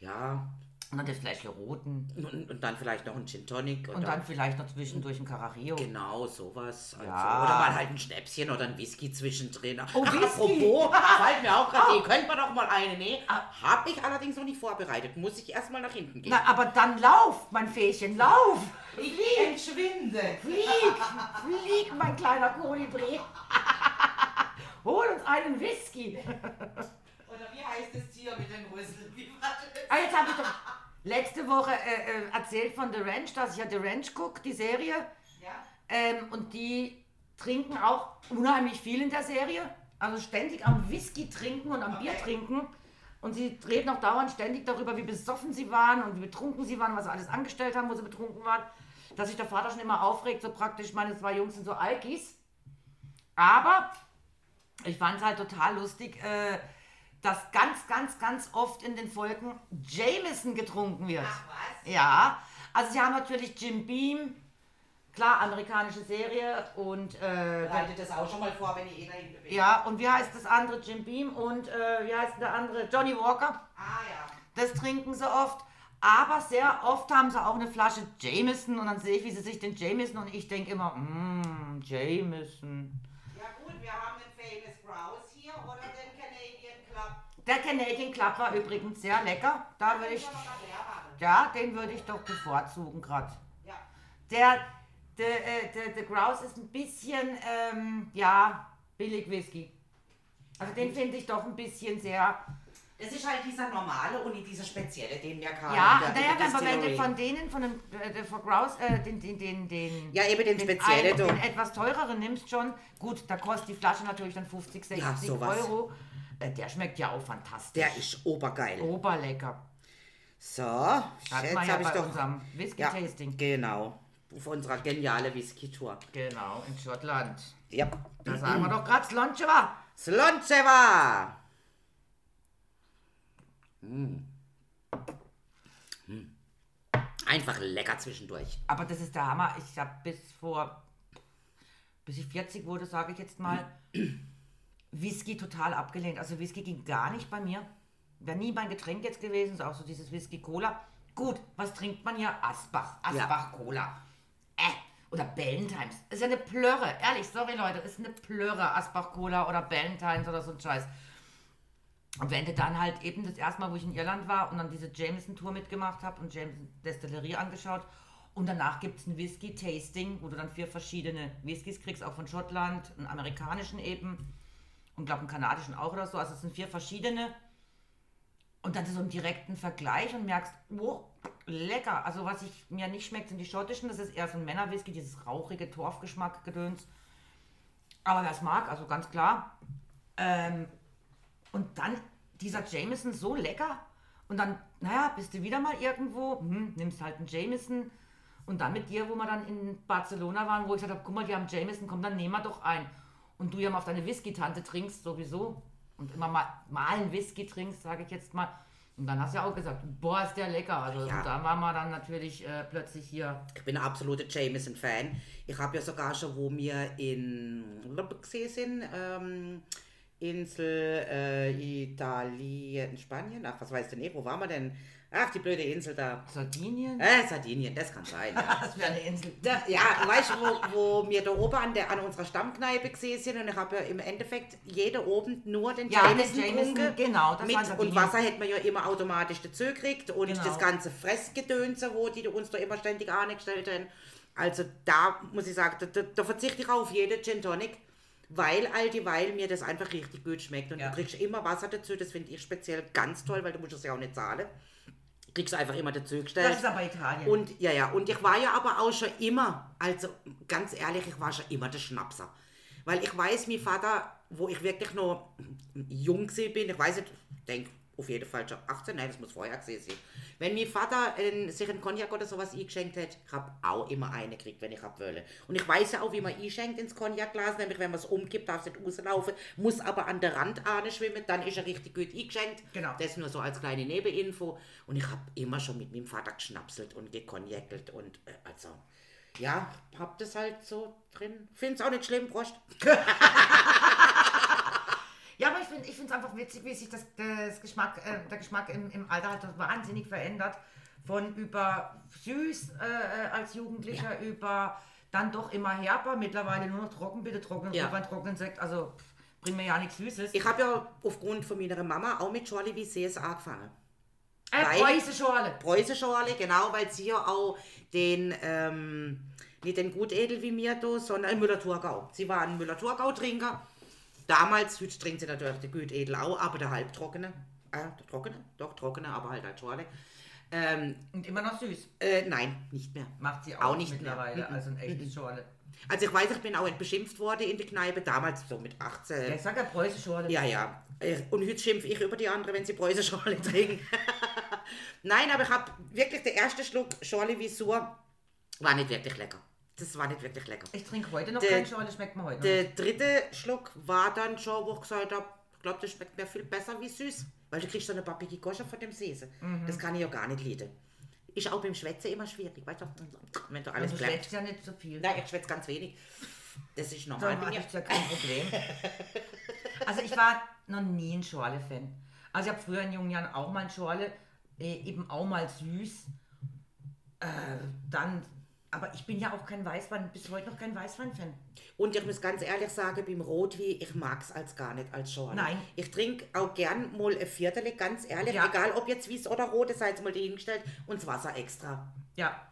S1: ja,
S2: Und dann das Fläschchen Roten.
S1: und, und dann vielleicht noch ein Gin Tonic.
S2: Und dann vielleicht noch zwischendurch ein Carario.
S1: Genau, sowas. Also.
S2: Ja.
S1: Oder mal halt ein Schnäpschen oder ein Whisky zwischendrin.
S2: Oh, Whisky.
S3: [laughs]
S1: Apropos, fällt mir auch gerade, ihr könnt mal doch mal eine, nee. Habe ich allerdings noch nicht vorbereitet. Muss ich erstmal nach hinten gehen.
S2: Na, aber dann lauf, mein Fähchen, lauf!
S3: Ich entschwinde.
S2: Flieg, flieg, mein kleiner Kolibri. [laughs] Hol uns einen Whisky.
S3: Oder wie heißt das Tier mit dem Rüssel? Wie war das?
S2: Ah, jetzt habe ich doch letzte Woche äh, äh, erzählt von The Ranch, dass ich ja The Ranch gucke, die Serie.
S3: Ja.
S2: Ähm, und die trinken auch unheimlich viel in der Serie. Also ständig am Whisky trinken und am Bier trinken. Und sie reden auch dauernd ständig darüber, wie besoffen sie waren und wie betrunken sie waren, was sie alles angestellt haben, wo sie betrunken waren. Dass sich der Vater schon immer aufregt, so praktisch, meine zwei Jungs sind so Alkis. Aber ich fand es halt total lustig, äh, dass ganz, ganz, ganz oft in den Folgen Jameson getrunken wird.
S3: Ach was?
S2: Ja, also sie haben natürlich Jim Beam, klar, amerikanische Serie und äh,
S1: Bereitet das auch schon mal vor, wenn ihr eh dahin bewegt.
S2: ja, und wie heißt das andere? Jim Beam und äh, wie heißt der andere? Johnny Walker.
S3: Ah ja.
S2: Das trinken sie oft. Aber sehr oft haben sie auch eine Flasche Jameson und dann sehe ich, wie sie sich den Jameson und ich denke immer, mmm, Jameson.
S3: Ja gut, wir haben den Famous Grouse hier oder den Canadian Club.
S2: Der Canadian Club war übrigens sehr lecker. Da würde ich,
S3: Den können wir mal leer machen.
S2: ja, den würde ich doch bevorzugen gerade.
S3: Ja.
S2: Der, der, äh, der, der Grouse ist ein bisschen, ähm, ja, billig Whisky. Also den finde ich doch ein bisschen sehr.
S1: Das ist halt dieser normale und nicht dieser spezielle, den wir gerade
S2: Ja,
S1: in Ah, der-
S2: naja,
S1: in der
S2: wenn man
S1: Distillery-
S2: wenn du von denen, von dem äh, der von Grouse, äh, den, den, den, den,
S1: Ja, eben den speziellen,
S2: einen, den
S1: du.
S2: etwas teureren nimmst schon, gut, da kostet die Flasche natürlich dann 50, 60
S1: Ja, sowas.
S2: Euro. Äh, der schmeckt ja auch fantastisch.
S1: Der ist obergeil.
S2: oberlecker.
S1: So,
S2: Hat
S1: jetzt
S2: man ja
S1: habe ich
S2: bei
S1: doch...
S2: unserem Whisky-Tasting.
S1: genau. Auf unserer geniale Whisky-Tour.
S2: Genau, in Schottland.
S1: Ja.
S2: Da sagen wir doch gerade Sloncheva.
S1: Sloncheva! Hm. Einfach lecker zwischendurch.
S2: Aber das ist der Hammer. Ich habe bis vor, bis ich 40 wurde, sage ich jetzt mal, Whisky total abgelehnt. Also Whisky ging gar nicht bei mir. Wäre nie mein Getränk jetzt gewesen, so auch so dieses Whisky-Cola. Gut, was trinkt man hier? Asbach. Asbach-Cola. Äh, oder Ballentimes. Ist ja eine Plörre. Ehrlich, sorry Leute, ist eine Plörre. Asbach-Cola oder Ballentimes oder so ein Scheiß. Und wenn du dann halt eben das erste Mal, wo ich in Irland war und dann diese Jameson-Tour mitgemacht habe und Jameson Destillerie angeschaut und danach gibt es ein Whisky-Tasting, wo du dann vier verschiedene Whiskys kriegst, auch von Schottland, einen amerikanischen eben und glaube einen kanadischen auch oder so. Also es sind vier verschiedene und dann so einen direkten Vergleich und merkst, oh, lecker. Also was ich mir nicht schmeckt, sind die schottischen. Das ist eher so ein Männerwhisky, dieses rauchige Torfgeschmack-Gedöns. Aber wer es mag, also ganz klar. Ähm, und dann dieser Jameson so lecker. Und dann, naja, bist du wieder mal irgendwo, hm, nimmst halt einen Jameson. Und dann mit dir, wo wir dann in Barcelona waren, wo ich gesagt habe, guck mal, die haben Jameson, komm, dann nehmen wir doch ein. Und du ja mal auf deine Whisky-Tante trinkst sowieso. Und immer mal, mal einen Whisky trinkst, sage ich jetzt mal. Und dann hast du ja auch gesagt, boah, ist der lecker. Also
S1: Ja.
S2: und da waren wir dann natürlich äh, plötzlich hier.
S1: Ich bin ein absoluter Jameson-Fan. Ich habe ja sogar schon, wo wir in Lübeck gesehen sind, ähm, Insel äh, Italien, Spanien, ach, was weiß denn eh, wo waren wir denn? Ach, die blöde Insel da.
S2: Sardinien?
S1: Äh, Sardinien, das kann sein. Ja.
S2: [laughs] Das wäre eine Insel.
S1: Da, ja, weißt du, wo, wo wir da oben an, der, an unserer Stammkneipe gesehen sind und ich habe ja im Endeffekt jede oben nur den
S2: Ja, den
S1: Jameson,
S2: Jameson,
S1: getrunken.
S2: genau, das war
S1: Mit,
S2: Sardinien.
S1: und Wasser hätten wir ja immer automatisch dazu gekriegt und
S2: Genau.
S1: das ganze Fressgedönse, wo die uns da immer ständig angestellt haben. Also da muss ich sagen, da, da, da verzichte ich auf jede Gin Tonic, weil all die Weil mir das einfach richtig gut schmeckt. Und
S2: Ja.
S1: du kriegst immer Wasser dazu, das finde ich speziell ganz toll, weil du musst es ja auch nicht zahlen. Kriegst du einfach immer dazu gestellt.
S2: Das ist aber Italien.
S1: Und ja, ja, und ich war ja aber auch schon immer, also ganz ehrlich, ich war schon immer der Schnapser. Weil ich weiß, mein Vater, wo ich wirklich noch jung gewesen bin, ich weiß nicht, denk Auf jeden Fall schon 18, nein, das muss vorher gesehen sein. Wenn mein Vater äh, sich einen Cognac oder sowas eingeschenkt hat, ich habe auch immer eine gekriegt, wenn ich hab wollte. Und ich weiß ja auch, wie man einschenkt ins Cognacglas, nämlich wenn man es umkippt, darf es nicht rauslaufen, muss aber an der Rand ane schwimmen, dann ist er richtig gut eingeschenkt.
S2: Genau.
S1: Das nur so als kleine Nebeninfo. Und ich habe immer schon mit meinem Vater geschnapselt und gekonjäckelt und äh, also, ja, hab das halt so drin. Find's auch nicht schlimm, Prost.
S2: Ja, aber ich finde es einfach witzig, wie sich das, das Geschmack, äh, der Geschmack im, im Alter halt so wahnsinnig verändert. Von über süß äh, als Jugendlicher über dann doch immer herber, mittlerweile nur noch trocken, bitte trockenen
S1: Ja.
S2: ja. Rotwein, trockenen Sekt, also pff, bringt mir ja nichts Süßes.
S1: Ich habe ja aufgrund von meiner Mama auch mit Charlie wie CSA angefangen.
S2: äh,
S1: weil-
S2: Preußenschorle.
S1: Preußenschorle, genau, weil sie ja auch den, ähm, nicht den Gutedel wie mir da, sondern Müller-Thurgau. Sie war ein Müller-Thurgau-Trinker. Damals, heute trinkt sie natürlich den Gutedel auch, aber der halbtrockene. Äh, der trockene? Doch, trockene, aber halt als Schorle. Ähm,
S2: Und immer noch süß.
S1: äh, nein, nicht mehr.
S2: Macht sie auch,
S1: Auch nicht
S2: mittlerweile,
S1: mehr. Mhm.
S2: also ein echtes Schorle.
S1: Also ich weiß, ich bin auch nicht beschimpft worden in der Kneipe, damals so mit 18.
S2: Ja, ich Äh, sag ja Preußenschorle.
S1: Ja, ja. Äh, Und heute schimpfe ich über die andere, wenn sie Preußenschorle [laughs] trinken. Nein, aber ich habe wirklich den ersten Schluck Schorle wie Sur war nicht wirklich lecker. Das war nicht wirklich lecker.
S2: Ich trinke heute noch
S1: Der-
S2: keinen Schorle, schmeckt mir heute noch.
S1: Der dritte Schluck war dann schon, wo ich gesagt habe, ich glaube, das schmeckt mir viel besser wie süß. Weil du kriegst so eine pappige Gosche von dem Säse. Das kann ich ja gar nicht leiden. Ist auch beim Schwätzen immer schwierig, weißt du, wenn du alles
S2: Also du
S1: bleibst.
S2: schläfst ja nicht so viel.
S1: Nein, ich schwätze ganz wenig. Das ist normal.
S2: Dann
S1: bei
S2: hatte
S1: mir.
S2: ich ja kein Problem. [laughs] Also ich war noch nie ein Schorle-Fan. Also ich habe früher in jungen Jahren auch mal ein Schorle, äh, eben auch mal süß. Äh, dann, aber ich bin ja auch kein Weißwein, bis heute noch kein Weißwein-Fan.
S1: Und ich muss ganz ehrlich sagen, beim Rotwein, ich mag es als gar nicht als Schorle.
S2: Nein.
S1: Ich trinke auch gern mal ein Viertel, ganz ehrlich,
S2: Ja.
S1: egal ob jetzt Wies oder Rote, sei es mal dahingestellt, und das Wasser extra.
S2: Ja,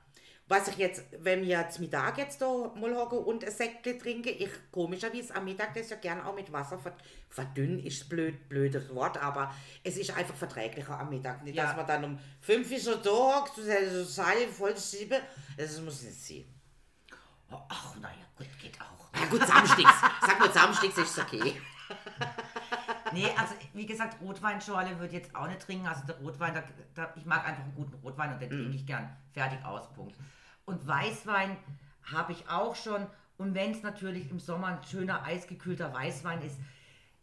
S1: Was ich jetzt, wenn wir zum Mittag jetzt da mal hocke und ein Sektle trinke, ich komischerweise am Mittag das ja gern auch mit Wasser verd verdünnen, ist blöd, blödes Wort, aber es ist einfach verträglicher am Mittag. Nicht,
S2: Ja.
S1: dass man dann um fünf Uhr schon da hockt, so sei voll sieben, das muss nicht sein.
S2: ach naja, gut, geht auch.
S1: Ja gut, Samstags, sag mal Samstags ist okay.
S2: Nee, also wie gesagt, Rotweinschorle würde ich jetzt auch nicht trinken. Also der Rotwein, da, da, ich mag einfach einen guten Rotwein und den
S1: Mhm.
S2: trinke ich gern. Fertig, aus, Punkt. Und Weißwein habe ich auch schon. Und wenn es natürlich im Sommer ein schöner, eisgekühlter Weißwein ist,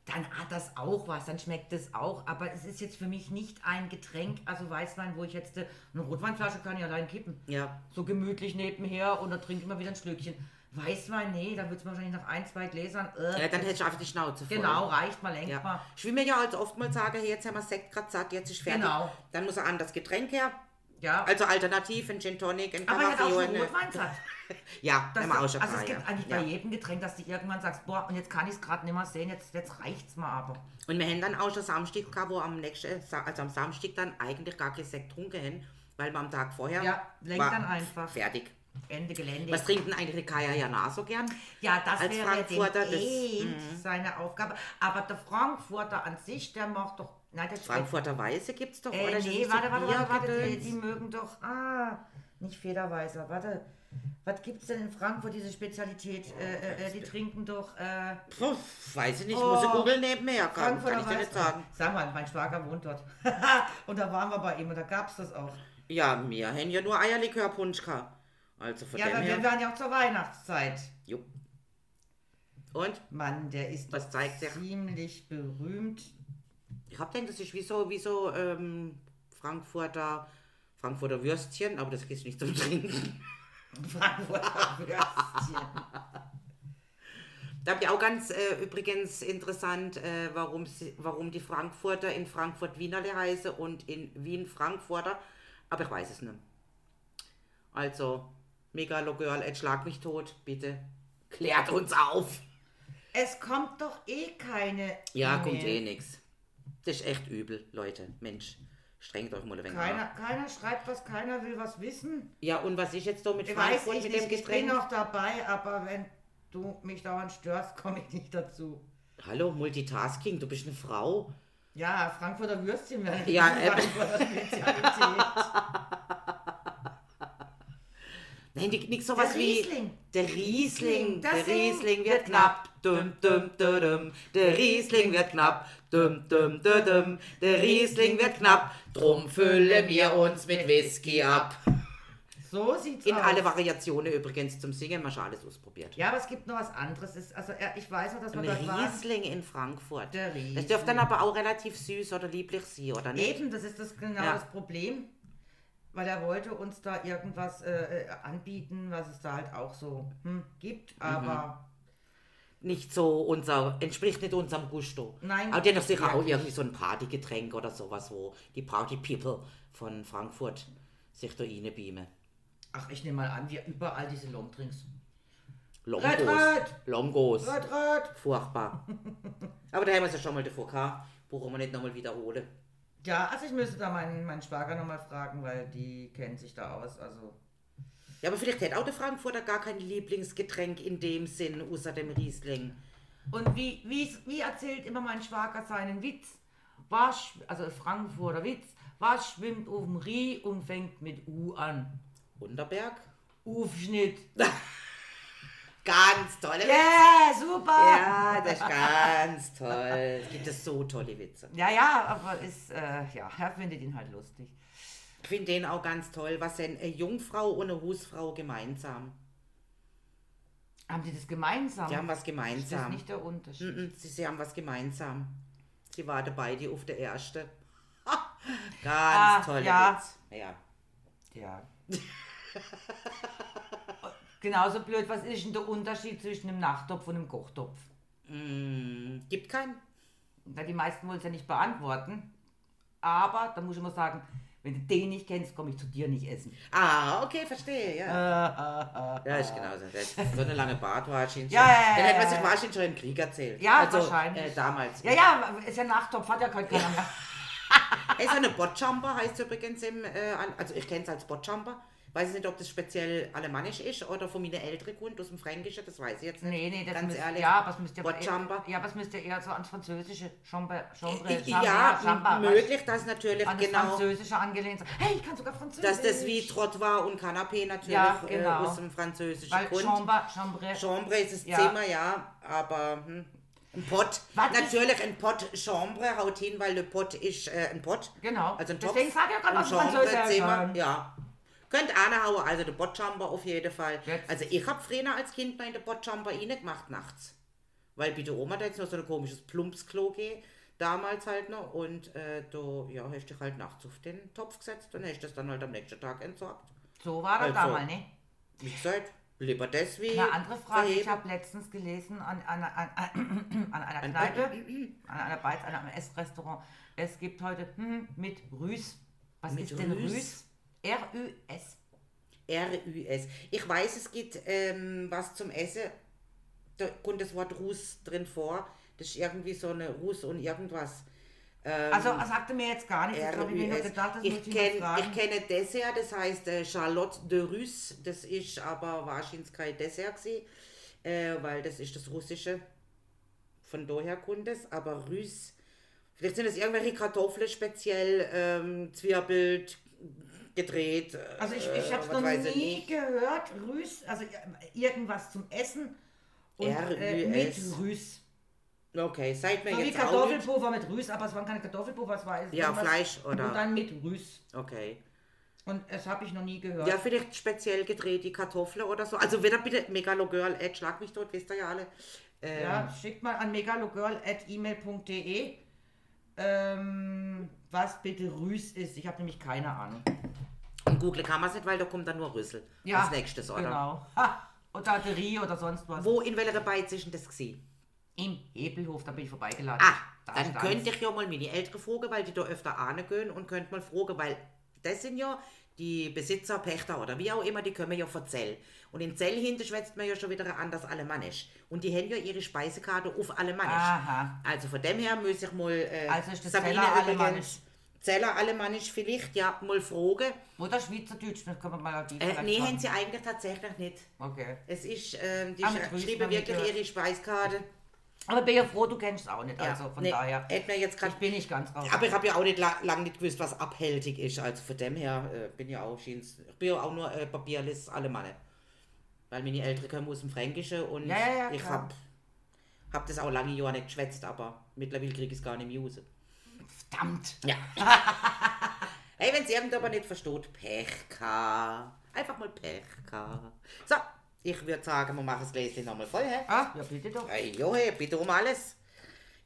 S2: dann hat das auch was, dann schmeckt das auch. Aber es ist jetzt für mich nicht ein Getränk, also Weißwein, wo ich jetzt äh, eine Rotweinflasche kann ich allein kippen.
S1: Ja.
S2: So gemütlich nebenher und dann trinke ich immer wieder ein Schlückchen. Weißwein, nee, da wird es wahrscheinlich nach ein, zwei Gläsern. Äh,
S1: Ja, dann hättest du einfach die Schnauze voll.
S2: genau, reicht mal, lenkt mal.
S1: Ja. Ich will mir ja also oftmals sagen, hey, jetzt haben wir Sekt gerade satt, jetzt ist fertig.
S2: Genau.
S1: Dann muss ein anderes Getränk her.
S2: Ja,
S1: Also alternativ, ein Gin Tonic, ein
S2: Aber er hat auch
S1: Caraffio.
S2: schon
S1: eine-
S2: Rotwein satt.
S1: [laughs] Ja,
S2: Das
S1: haben wir auch
S2: ist,
S1: schon
S2: also es
S1: paar,
S2: gibt
S1: ja.
S2: eigentlich
S1: ja.
S2: bei jedem Getränk, dass du irgendwann sagst, boah, und jetzt kann ich es gerade nicht mehr sehen, jetzt, jetzt reicht's mal aber.
S1: Und wir haben dann auch schon Samstag gehabt, wo am nächsten, Sa- also am Samstag dann eigentlich gar kein Sekt getrunken haben, weil wir am Tag vorher
S2: Ja, lenkt
S1: war
S2: dann einfach.
S1: fertig.
S2: Ende Gelände.
S1: Was trinkt denn eigentlich die Kaya Jana so gern?
S2: ja, das
S1: als
S2: wäre
S1: Frankfurter das- Mhm.
S2: dem das, seine Aufgabe. Aber der Frankfurter an sich, der macht doch. Nein, der
S1: Frankfurter Weiße gibt's doch,
S2: Äh,
S1: oder? Das
S2: nee,
S1: ist so
S2: warte, warte, warte, warte.
S1: Bierdöns.
S2: äh, Die mögen doch. Ah, nicht Federweißer, warte. Was gibt's denn in Frankfurt, diese Spezialität? Äh, äh, äh, die trinken doch. Äh,
S1: Puh, weiß ich nicht, ich muss
S2: Oh,
S1: googeln nebenher, kann,
S2: Frankfurter
S1: kann ich dir nicht
S2: Weißwein.
S1: sagen.
S2: Sag mal, mein Schwager wohnt dort. [laughs] und da waren wir bei ihm und da gab's das auch.
S1: Ja, mir haben ja nur Eierlikörpunsch gehabt. Also von
S2: Ja,
S1: dem
S2: aber
S1: her.
S2: wir waren ja auch zur Weihnachtszeit.
S1: Jupp. Und?
S2: Mann, der ist
S1: Was
S2: doch
S1: zeigt der?
S2: ziemlich berühmt. [laughs]
S1: Ich hab gedacht, das ist wie so, wie so ähm, Frankfurter, Frankfurter Würstchen, aber das ist nicht zum [laughs] Trinken.
S2: Frankfurter Würstchen.
S1: Da habt ihr auch ganz äh, übrigens interessant, äh, warum, sie, warum die Frankfurter in Frankfurt Wienerle heißen und in Wien Frankfurter, aber ich weiß es nicht. Also, Megalogirl, jetzt schlag mich tot, bitte. Klärt uns auf!
S2: Es kommt doch eh keine.
S1: Ja,
S2: E-Mail.
S1: kommt eh nix. Das ist echt übel, Leute. Mensch, strengt euch mal ein wenig an.
S2: Keiner, keiner schreibt was, keiner will was wissen.
S1: Ja, und was ist jetzt da mit
S2: Ich weiß
S1: Frankfurt
S2: ich
S1: mit
S2: nicht,
S1: dem
S2: ich bin
S1: Getränk?
S2: noch dabei, aber wenn du mich dauernd störst, komme ich nicht dazu.
S1: Hallo, Multitasking, du bist eine Frau.
S2: Ja, Frankfurter Würstchen wäre
S1: Ja,
S2: die
S1: äh, [laughs]
S2: Frankfurter Spezialität.
S1: Nein, die- nicht sowas
S2: Der
S1: wie.
S2: Riesling.
S1: Der Riesling.
S2: Das
S1: Der
S2: Ding
S1: Riesling
S2: wird
S1: wird knapp. Dum, dum, dum, dum. Der Riesling wird knapp. Dum, dum, dum, dum. Der Riesling wird knapp. Drum füllen wir uns mit Whisky ab.
S2: So sieht's
S1: In
S2: aus.
S1: alle Variationen übrigens zum Singen. Man schon alles ausprobiert.
S2: Ja, aber es gibt noch was anderes. Es- Also ja, ich weiß noch, dass man
S1: Ein
S2: dort war.
S1: Riesling in Frankfurt.
S2: Der
S1: Das dürfte
S2: Riesling.
S1: dann aber auch relativ süß oder lieblich sein, oder nicht?
S2: Eben, das ist das genau
S1: Ja.
S2: das Problem. Weil er wollte uns da irgendwas äh, äh, anbieten, was es da halt auch so hm, gibt.
S1: Mhm.
S2: Aber
S1: Nicht so unser, entspricht nicht unserem Gusto.
S2: Nein,
S1: Aber die haben doch sicher auch
S2: wirklich.
S1: irgendwie so ein Partygetränk oder sowas, wo die Party People von Frankfurt sich da reinbeamen.
S2: ach, ich nehme mal an, wir überall diese Longdrinks. Red,
S1: Longos.
S2: red.
S1: Longos.
S2: Rot, rot.
S1: Furchtbar. [laughs] Aber da haben wir es ja schon mal davor gehabt. Brauchen wir nicht nochmal wiederholen.
S2: Ja, also ich müsste da meinen, meinen Schwager nochmal fragen, weil die kennt sich da aus. Also
S1: Ja, aber vielleicht hätte auch der Frankfurter gar kein Lieblingsgetränk in dem Sinn, außer dem Riesling.
S2: Und wie, wie, wie erzählt immer mein Schwager seinen Witz? Was, schw- also Frankfurter Witz, was schwimmt auf dem Rie und fängt mit U an?
S1: Wunderberg.
S2: Aufschnitt.
S1: Ganz tolle Witze.
S2: Yeah, super!
S1: Ja, das ist ganz toll. Es gibt es so tolle Witze.
S2: ja, ja, aber ist, äh, ja, er findet ihn halt lustig.
S1: Ich finde den auch ganz toll. Was denn eine Jungfrau und eine Husfrau gemeinsam?
S2: Haben die das gemeinsam?
S1: Die haben was
S2: ist das
S1: gemeinsam.
S2: nicht der Unterschied?
S1: Mhm, Sie, sie haben was gemeinsam. Sie war dabei, die auf der Erste. ganz
S2: Ah,
S1: tolle
S2: ja.
S1: Witz. Ja. Hm. [laughs]
S2: Ja. Genauso blöd, was ist denn der Unterschied zwischen einem Nachttopf und einem Kochtopf?
S1: Mm, gibt keinen.
S2: Na, die meisten wollen es ja nicht beantworten. Aber da muss ich mal sagen, wenn du den nicht kennst, komme ich zu dir nicht essen.
S1: Ah, okay, verstehe, ja.
S2: Ah,
S1: ja, ist genauso. Das ist so eine lange Bart war Shin
S2: Ja, ja, ja,
S1: Dann hätte man
S2: ja,
S1: sich
S2: ja.
S1: wahrscheinlich schon im Krieg erzählt.
S2: Ja,
S1: also,
S2: wahrscheinlich.
S1: Äh, damals.
S2: Ja, ja, ist ja Nachttopf, hat ja kein keiner mehr.
S1: Ey, so eine Botjumper heißt übrigens im, äh, an- also ich kenne es als Botjumper. Weiß ich nicht, ob das speziell alemannisch ist oder von meinen älteren Grund, aus dem Fränkischen, das weiß ich jetzt nicht.
S2: Nee, nee, das
S1: Ganz
S2: müsst,
S1: ehrlich.
S2: Ja, was müsst ihr
S1: Botjamba.
S2: Ja, was müsst ihr eher so ans französische Chambre, Chambre,
S1: I-
S2: Chambre,
S1: ja,
S2: Chambre,
S1: möglich, dass natürlich
S2: An das
S1: genau,
S2: französische angelehnt sein. Hey, ich kann sogar französisch.
S1: dass das wie Trottoir und Canapé natürlich
S2: Ja, genau.
S1: äh, aus dem französischen
S2: Weil
S1: Grund.
S2: Chambre, Chambre,
S1: Chambre ist das
S2: Ja.
S1: Zimmer, ja, aber hm, ein Pott.
S2: Was ist-
S1: Natürlich ein Pott Chambre haut hin, weil le Pott ist äh, ein Pott.
S2: Genau.
S1: Also ein Topf.
S2: Deswegen sag ich ja gerade,
S1: Ein
S2: was Französisch Ähm,
S1: Zimmer,
S2: ist.
S1: ja. Könnt anhauen, also der Botchamber auf jeden Fall.
S2: Jetzt.
S1: Also ich hab früher als Kind noch in der Botchamber reingemacht nachts. Weil bitte Oma da jetzt noch so ein komisches Plumpsklo geh, damals halt noch. Und äh, du ja, hast dich halt nachts auf den Topf gesetzt und hast das dann halt am nächsten Tag entsorgt.
S2: So war das
S1: Also.
S2: damals, ne?
S1: Wie gesagt, lieber das wie.
S2: Eine andere Frage, ich
S1: verheben.
S2: habe letztens gelesen an, einer- an, an, [clears throat] an einer Kneipe, an einer Beiz, an einem Essrestaurant, es gibt heute hm, mit Rüß. Was
S1: Mit
S2: ist denn
S1: Rüß?
S2: Rüß? R-Ü-S.
S1: RÜS. Ich weiß, es gibt ähm, was zum Essen. Da kommt das Wort Ruß drin vor. Das ist irgendwie so eine Ruß und irgendwas. Ähm,
S2: Also sagte mir jetzt gar nichts, das habe ich mir nur
S1: RÜS.
S2: gedacht, das
S1: Ich,
S2: muss ich mal
S1: kenn,
S2: fragen.
S1: ich kenne Dessert, das heißt äh, Charlotte de Russe. Das ist aber wahrscheinlich kein Dessert gewesen, äh, weil das ist das Russische. Von daher kommt es. Aber Russe, vielleicht sind das irgendwelche Kartoffeln speziell, ähm, Zwiebelt, gedreht. äh,
S2: also ich, ich habe es
S1: was
S2: noch
S1: weiß ich
S2: nie
S1: nicht.
S2: gehört, Rüß, also irgendwas zum Essen und äh, mit
S1: RÜS.
S2: Rüß.
S1: Okay, seid mir
S2: So wie
S1: jetzt auch nicht.
S2: Kartoffelpuffer mit Rüß, aber es waren keine Kartoffelpuffer, es war
S1: Ja,
S2: irgendwas-
S1: Fleisch oder-
S2: Und dann mit Rüß.
S1: Okay.
S2: Und das habe ich noch nie gehört.
S1: Ja, vielleicht speziell gedreht die Kartoffeln oder so. Also wieder bitte Megalogirl, äh, schlag mich tot, wisst ihr ja alle. Äh,
S2: Ja, schickt mal an megalogirl.email.de, ähm, was bitte Rüß ist. Ich habe nämlich keine Ahnung.
S1: Und google kann man es nicht, weil da kommt dann nur Rüssel.
S2: Ja,
S1: Als nächstes, oder?
S2: Genau. Ha, oder Arterie oder sonst was.
S1: Wo in welcher Beiz ist denn das gewesen?
S2: Im Hebelhof, da bin ich vorbeigeladen.
S1: Ah, dann
S2: stand's.
S1: könnte ich ja mal meine Eltern fragen, weil die da öfter ahne gehen und könnt mal fragen, weil das sind ja die Besitzer, Pächter oder wie auch immer, die kommen ja von Zell. Und in Zell hinten schwätzt man ja schon wieder anders Alemannisch. Und die haben ja ihre Speisekarte auf Alemannisch.
S2: Aha.
S1: Also von dem her muss ich mal äh,
S2: Ah. Also ist das Zeller
S1: übrigens-
S2: Alemannisch?
S1: Zeller Alemannisch vielleicht, ja, mal fragen.
S2: Oder Schweizerdeutsch, das können wir mal auf die
S1: Äh,
S2: vielleicht
S1: nee,
S2: schauen.
S1: haben sie eigentlich tatsächlich nicht.
S2: Okay.
S1: Es ist, ähm, die
S2: Ah, mit
S1: schre-
S2: Grüßen
S1: schreiben
S2: haben wir
S1: wirklich
S2: gehört.
S1: ihre Speiskarte.
S2: Aber bin ja froh, du kennst es auch nicht.
S1: Ja,
S2: Also von
S1: nee,
S2: daher.
S1: Hätte mir jetzt
S2: Ich
S1: grad,
S2: bin nicht ganz raus.
S1: aber ich habe ja auch nicht la lange nicht gewusst, was abhältig ist. Also von dem her äh, bin ja auch schien's, ich bin ja auch nur äh, papierless Alemanne. Weil meine Eltern kommen aus dem Fränkischen und
S2: Ja, ja, ja,
S1: ich
S2: klar.
S1: hab, hab das auch lange Jahre nicht geschwätzt, aber mittlerweile krieg ich es gar nicht mehr raus.
S2: Verdammt.
S1: Ja. hey, wenn es irgendjemand nicht versteht, Pech ka. Einfach mal Pech ka. So, ich würde sagen, wir machen das Gläschen nochmal voll, hä?
S2: Ah, ja, bitte doch.
S1: Hey, Johe, bitte um alles.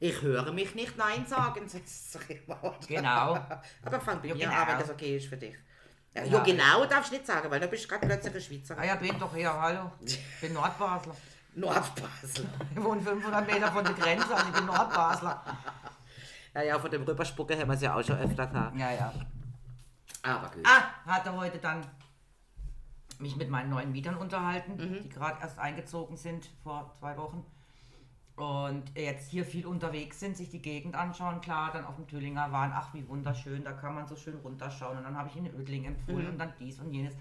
S1: Ich höre mich nicht Nein sagen. [laughs] Das ist doch immer-
S2: Genau.
S1: [laughs] Aber fang bei
S2: Ja,
S1: mir
S2: genau.
S1: an, wenn das okay ist für dich. Ja,
S2: Ja.
S1: ja, genau darfst du nicht sagen, weil dann bist du gerade plötzlich eine
S2: Ah
S1: Schweizerin.
S2: ja, bin doch hier, hallo. Ich bin Nordbasler.
S1: Nur auf Basel.
S2: Ich wohne 500 Meter von der Grenze, also ich bin Nordbasler.
S1: [laughs] Ja, ja, von dem Rüberspucken haben wir es ja auch schon öfter gehabt.
S2: Ja, ja.
S1: Aber gut.
S2: Ah, hatte heute dann mich mit meinen neuen Mietern unterhalten, die gerade erst eingezogen sind vor zwei Wochen. Und jetzt hier viel unterwegs sind, sich die Gegend anschauen. Klar, dann auf dem Tüllinger waren, ach wie wunderschön, da kann man so schön runterschauen. Und dann habe ich in Ödling empfohlen und dann dies und jenes.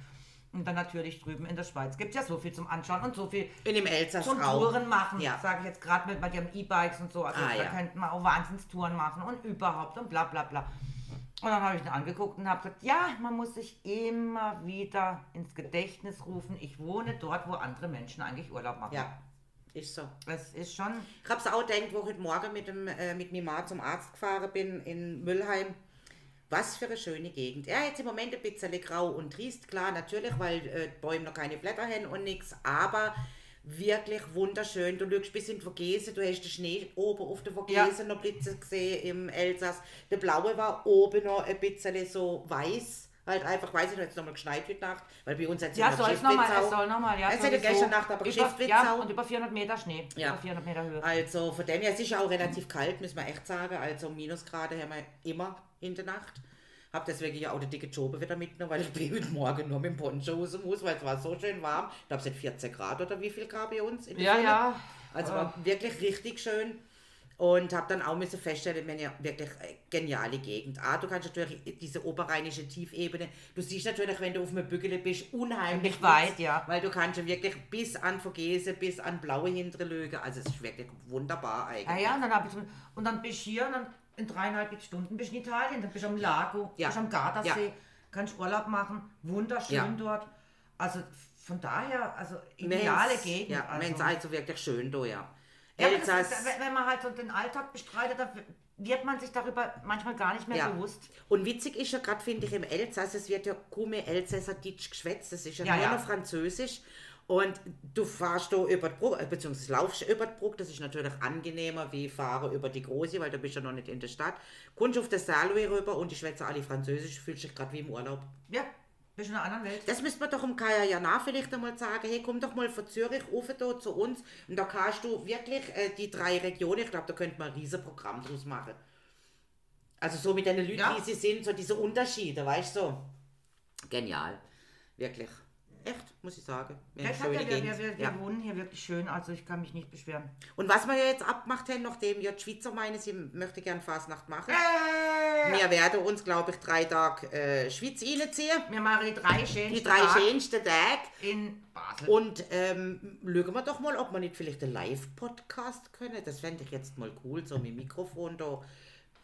S2: Und dann natürlich drüben in der Schweiz gibt es ja so viel zum Anschauen und so viel
S1: In dem Elsass
S2: zum
S1: auch.
S2: Touren machen,
S1: Ja.
S2: sage ich jetzt gerade mit, mit ihrem E-Bikes und so. Also
S1: Ah,
S2: da
S1: ja.
S2: könnten wir auch Wahnsinnstouren machen und überhaupt und bla bla bla. Und dann habe ich ihn angeguckt und habe gesagt, ja, man muss sich immer wieder ins Gedächtnis rufen, ich wohne dort, wo andere Menschen eigentlich Urlaub machen.
S1: Ja, ist so.
S2: Das ist schon,
S1: Ich hab's auch gedacht, wo ich heute Morgen mit, dem, äh, mit meinem Mann zum Arzt gefahren bin in Müllheim. Was für eine schöne Gegend. Ja, jetzt im Moment ein bisschen grau und trist, klar, natürlich, weil äh, die Bäume noch keine Blätter haben und nichts, aber wirklich wunderschön. Du schaust bis in die Vogesen, du hast den Schnee oben auf der Vogesen noch Blitze gesehen im Elsass. Der blaue war oben noch ein bisschen so weiß. Halt einfach, weiß ich nicht, ob es nochmal geschneit wird Nacht, weil bei uns hat
S2: ja, soll es nochmal, es soll nochmal, ja.
S1: Es hätte
S2: sowieso.
S1: gestern Nacht aber
S2: über,
S1: geschifft
S2: Ja,
S1: Witzau.
S2: und über 400 Meter Schnee,
S1: Ja.
S2: über 400 Meter Höhe.
S1: Also von dem her es ist ja auch relativ kalt, müssen wir echt sagen. Also Minusgrade haben wir immer in der Nacht. Hab deswegen ja auch die dicke Jobe wieder mitgenommen, weil ich bin heute Morgen nur mit dem Poncho raus muss, weil es war so schön warm. Ich glaube, es sind 14 Grad oder wie viel gab bei uns? In der
S2: Ja,
S1: Sonne.
S2: ja.
S1: Also
S2: Aber-
S1: war wirklich richtig schön. Und habe dann auch müssen feststellen, wir haben ja wirklich eine geniale Gegend. Ah, du kannst natürlich diese oberrheinische Tiefebene, du siehst natürlich, wenn du auf einem Bügele bist, unheimlich
S2: Nicht weit,
S1: nichts,
S2: ja.
S1: Weil du kannst ja wirklich bis an Vogese, bis an blaue Hinterlöge, also es ist wirklich wunderbar eigentlich.
S2: Ja, Ah ja, und dann, hab ich zum, und dann bist du hier und dann in dreieinhalb Stunden bist du in Italien, dann bist du am Lago,
S1: Ja.
S2: bist am Gardasee, kannst Urlaub machen, wunderschön
S1: Ja.
S2: dort. Also von daher, also
S1: Men's-
S2: ideale Gegend.
S1: Ja, also.
S2: also.
S1: Mensch, also wirklich schön da, ja.
S2: Ja, aber das
S1: Elsass.
S2: ist, wenn- wenn man halt so den Alltag bestreitet, dann wird man sich darüber manchmal gar nicht mehr
S1: Ja.
S2: bewusst.
S1: Und witzig ist ja gerade, finde ich, im Elsass, es wird ja Kume Elsässer Ditsch geschwätzt, das ist ja,
S2: Ja,
S1: nur
S2: ja.
S1: noch Französisch. Und du fährst da über die Brücke, äh, beziehungsweise laufst über die Brücke, das ist natürlich angenehmer wie fahren über die Große, weil da bist du ja noch nicht in der Stadt. Kommst auf der Salway rüber und die schwätzen alle Französisch, fühlst dich gerade wie im Urlaub.
S2: Ja, bist in einer anderen Welt.
S1: Das müsste man doch im Kaya Jana vielleicht einmal sagen, hey, komm doch mal von Zürich rauf da zu uns und da kannst du wirklich äh, die drei Regionen, ich glaube, da könnte man ein riesen Programm draus machen. Also so mit den Leuten,
S2: Ja.
S1: wie sie sind, so diese Unterschiede, weißt du? So. Genial. Wirklich. Echt, muss ich sagen. Wir haben
S2: Deshalb,
S1: schöne
S2: ja, wir, wir,
S1: Gegend.
S2: wir, wir
S1: Ja.
S2: wohnen hier wirklich schön, also ich kann mich nicht beschweren.
S1: Und was wir ja jetzt abgemacht haben, nachdem ja die Schweizer meinen, sie möchte gern Fasnacht machen,
S2: Äh,
S1: wir werden uns, glaube ich, drei Tage äh, Schweiz reinziehen.
S2: wir machen die drei schönsten
S1: Die drei
S2: Tage
S1: schönsten Tage.
S2: in Basel.
S1: Und ähm, schauen wir doch mal, ob wir nicht vielleicht einen Live-Podcast können. Das fände ich jetzt mal cool, so mit Mikrofon da.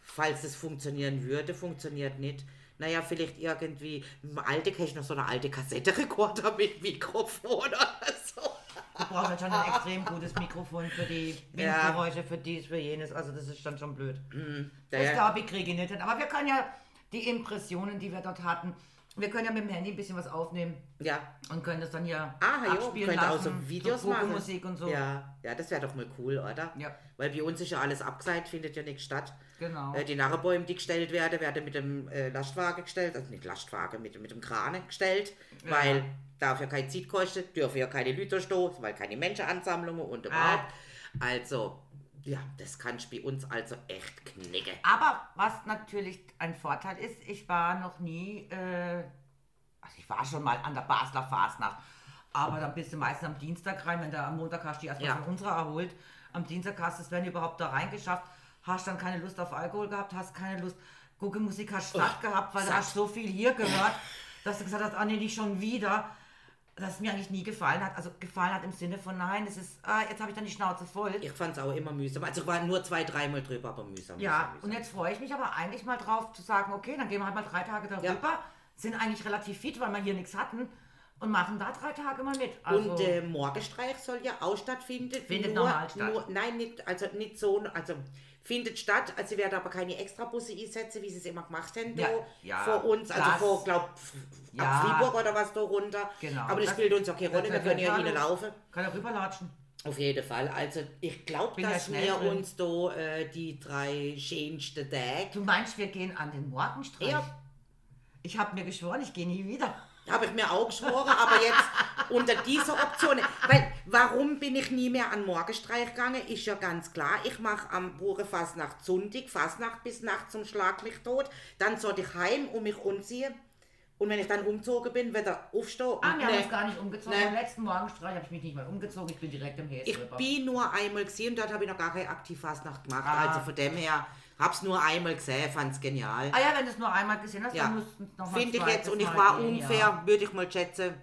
S1: Falls es funktionieren würde, funktioniert nicht. Naja, vielleicht irgendwie im alte kann ich noch so eine alte Kassettenrekorder [laughs] mit Mikrofon oder so.
S2: Du brauchst halt schon
S1: Ah,
S2: ein extrem gutes Mikrofon für die
S1: Ja.
S2: Windgeräusche, für dies, für jenes. Also das ist dann schon blöd. Das
S1: Naja,
S2: glaube ich kriege ich nicht hin. Aber wir können ja die Impressionen, die wir dort hatten, wir können ja mit dem Handy ein bisschen was aufnehmen
S1: ja.
S2: und können das dann hier
S1: Ah, ja,
S2: abspielen
S1: könnte auch
S2: lassen.
S1: so Videos machen.
S2: Musik und so.
S1: Ja, ja das wäre doch mal cool, oder?
S2: Ja.
S1: Weil bei uns ist ja alles abgeseit, findet ja nichts statt.
S2: Genau.
S1: Äh, die Narrebäume, die gestellt werden, werden mit dem äh, Lastwagen gestellt, also nicht Lastwagen, mit, mit dem Kran gestellt, weil darf ja keine Zeit kosten, dürfen ja keine Leute stoßen, weil keine Menschenansammlungen
S2: Ah.
S1: und überhaupt. Also, ja, das kann bei uns also echt knicken.
S2: Aber was natürlich ein Vorteil ist, ich war noch nie, äh, also ich war schon mal an der Basler Fasnacht, aber dann bist du meistens am Dienstag rein, wenn du am Montag hast, die erstmal
S1: Ja.
S2: von unserer erholt. Am Dienstag hast du es, wenn überhaupt, da reingeschafft, hast dann keine Lust auf Alkohol gehabt, hast keine Lust, Google Musik hast satt gehabt, weil du
S1: satt.
S2: hast so viel hier gehört, dass du gesagt hast, ah nee, nicht schon wieder. Das mir eigentlich nie gefallen hat. Also gefallen hat im Sinne von, nein, es ist, ah, jetzt habe ich dann die Schnauze voll.
S1: Ich fand es auch immer mühsam. Also, ich war nur zwei, dreimal drüber, aber mühsam.
S2: Ja,
S1: mühsam, mühsam.
S2: und jetzt freue ich mich aber eigentlich mal drauf zu sagen, okay, dann gehen wir halt mal drei Tage darüber,
S1: Ja.
S2: sind eigentlich relativ fit, weil wir hier nichts hatten und machen da drei Tage mal mit. Also,
S1: Und äh, Morgenstreich soll ja auch stattfinden.
S2: Findet normal statt.
S1: Nur, nein, nicht, also nicht so, also findet statt. Also sie werden aber keine Extrabusse einsetzen, wie sie es immer gemacht haben
S2: Ja,
S1: da
S2: ja,
S1: vor uns. Also
S2: das-
S1: vor, glaub,
S2: Ja.
S1: ab Fribourg oder was da runter.
S2: Genau.
S1: Aber das
S2: Das-
S1: spielt uns ja keine
S2: das
S1: Rolle, wir
S2: wird
S1: können
S2: ja
S1: ja
S2: klar.
S1: hinlaufen.
S2: kann er rüberlatschen.
S1: Auf jeden Fall. Also ich glaube,
S2: Bin ja
S1: dass
S2: schnell
S1: wir
S2: drin.
S1: uns da äh, die drei schönsten Tage...
S2: Du meinst, wir gehen an den Morgenstreich?
S1: Ja.
S2: Ich habe mir geschworen, ich gehe nie wieder.
S1: Habe ich mir auch geschworen, aber
S2: [laughs]
S1: jetzt unter dieser Option. Weil, warum bin ich nie mehr an Morgenstreich gegangen? Ist ja ganz klar. Ich mache am Buche Fasnacht Sundig, Fasnacht bis Nacht zum Schlag mich tot. Dann sollte ich heim und mich umziehen. Und wenn ich dann umzogen bin, wieder aufstehen.
S2: Ah, wir haben
S1: Nee.
S2: uns gar nicht umgezogen.
S1: Nee.
S2: Am letzten Morgenstreich habe ich mich nicht mal umgezogen. Ich bin direkt im Häs
S1: ich
S2: rüber.
S1: bin nur einmal gesehen und dort habe ich noch gar keine Aktivfasnacht gemacht.
S2: Ah.
S1: Also von dem her, hab's nur einmal gesehen, fand's genial.
S2: Ah ja, wenn du es nur einmal gesehen hast,
S1: Ja.
S2: dann musst du es nochmal
S1: Finde ich jetzt, und ich war ungefähr, würde ich mal schätzen,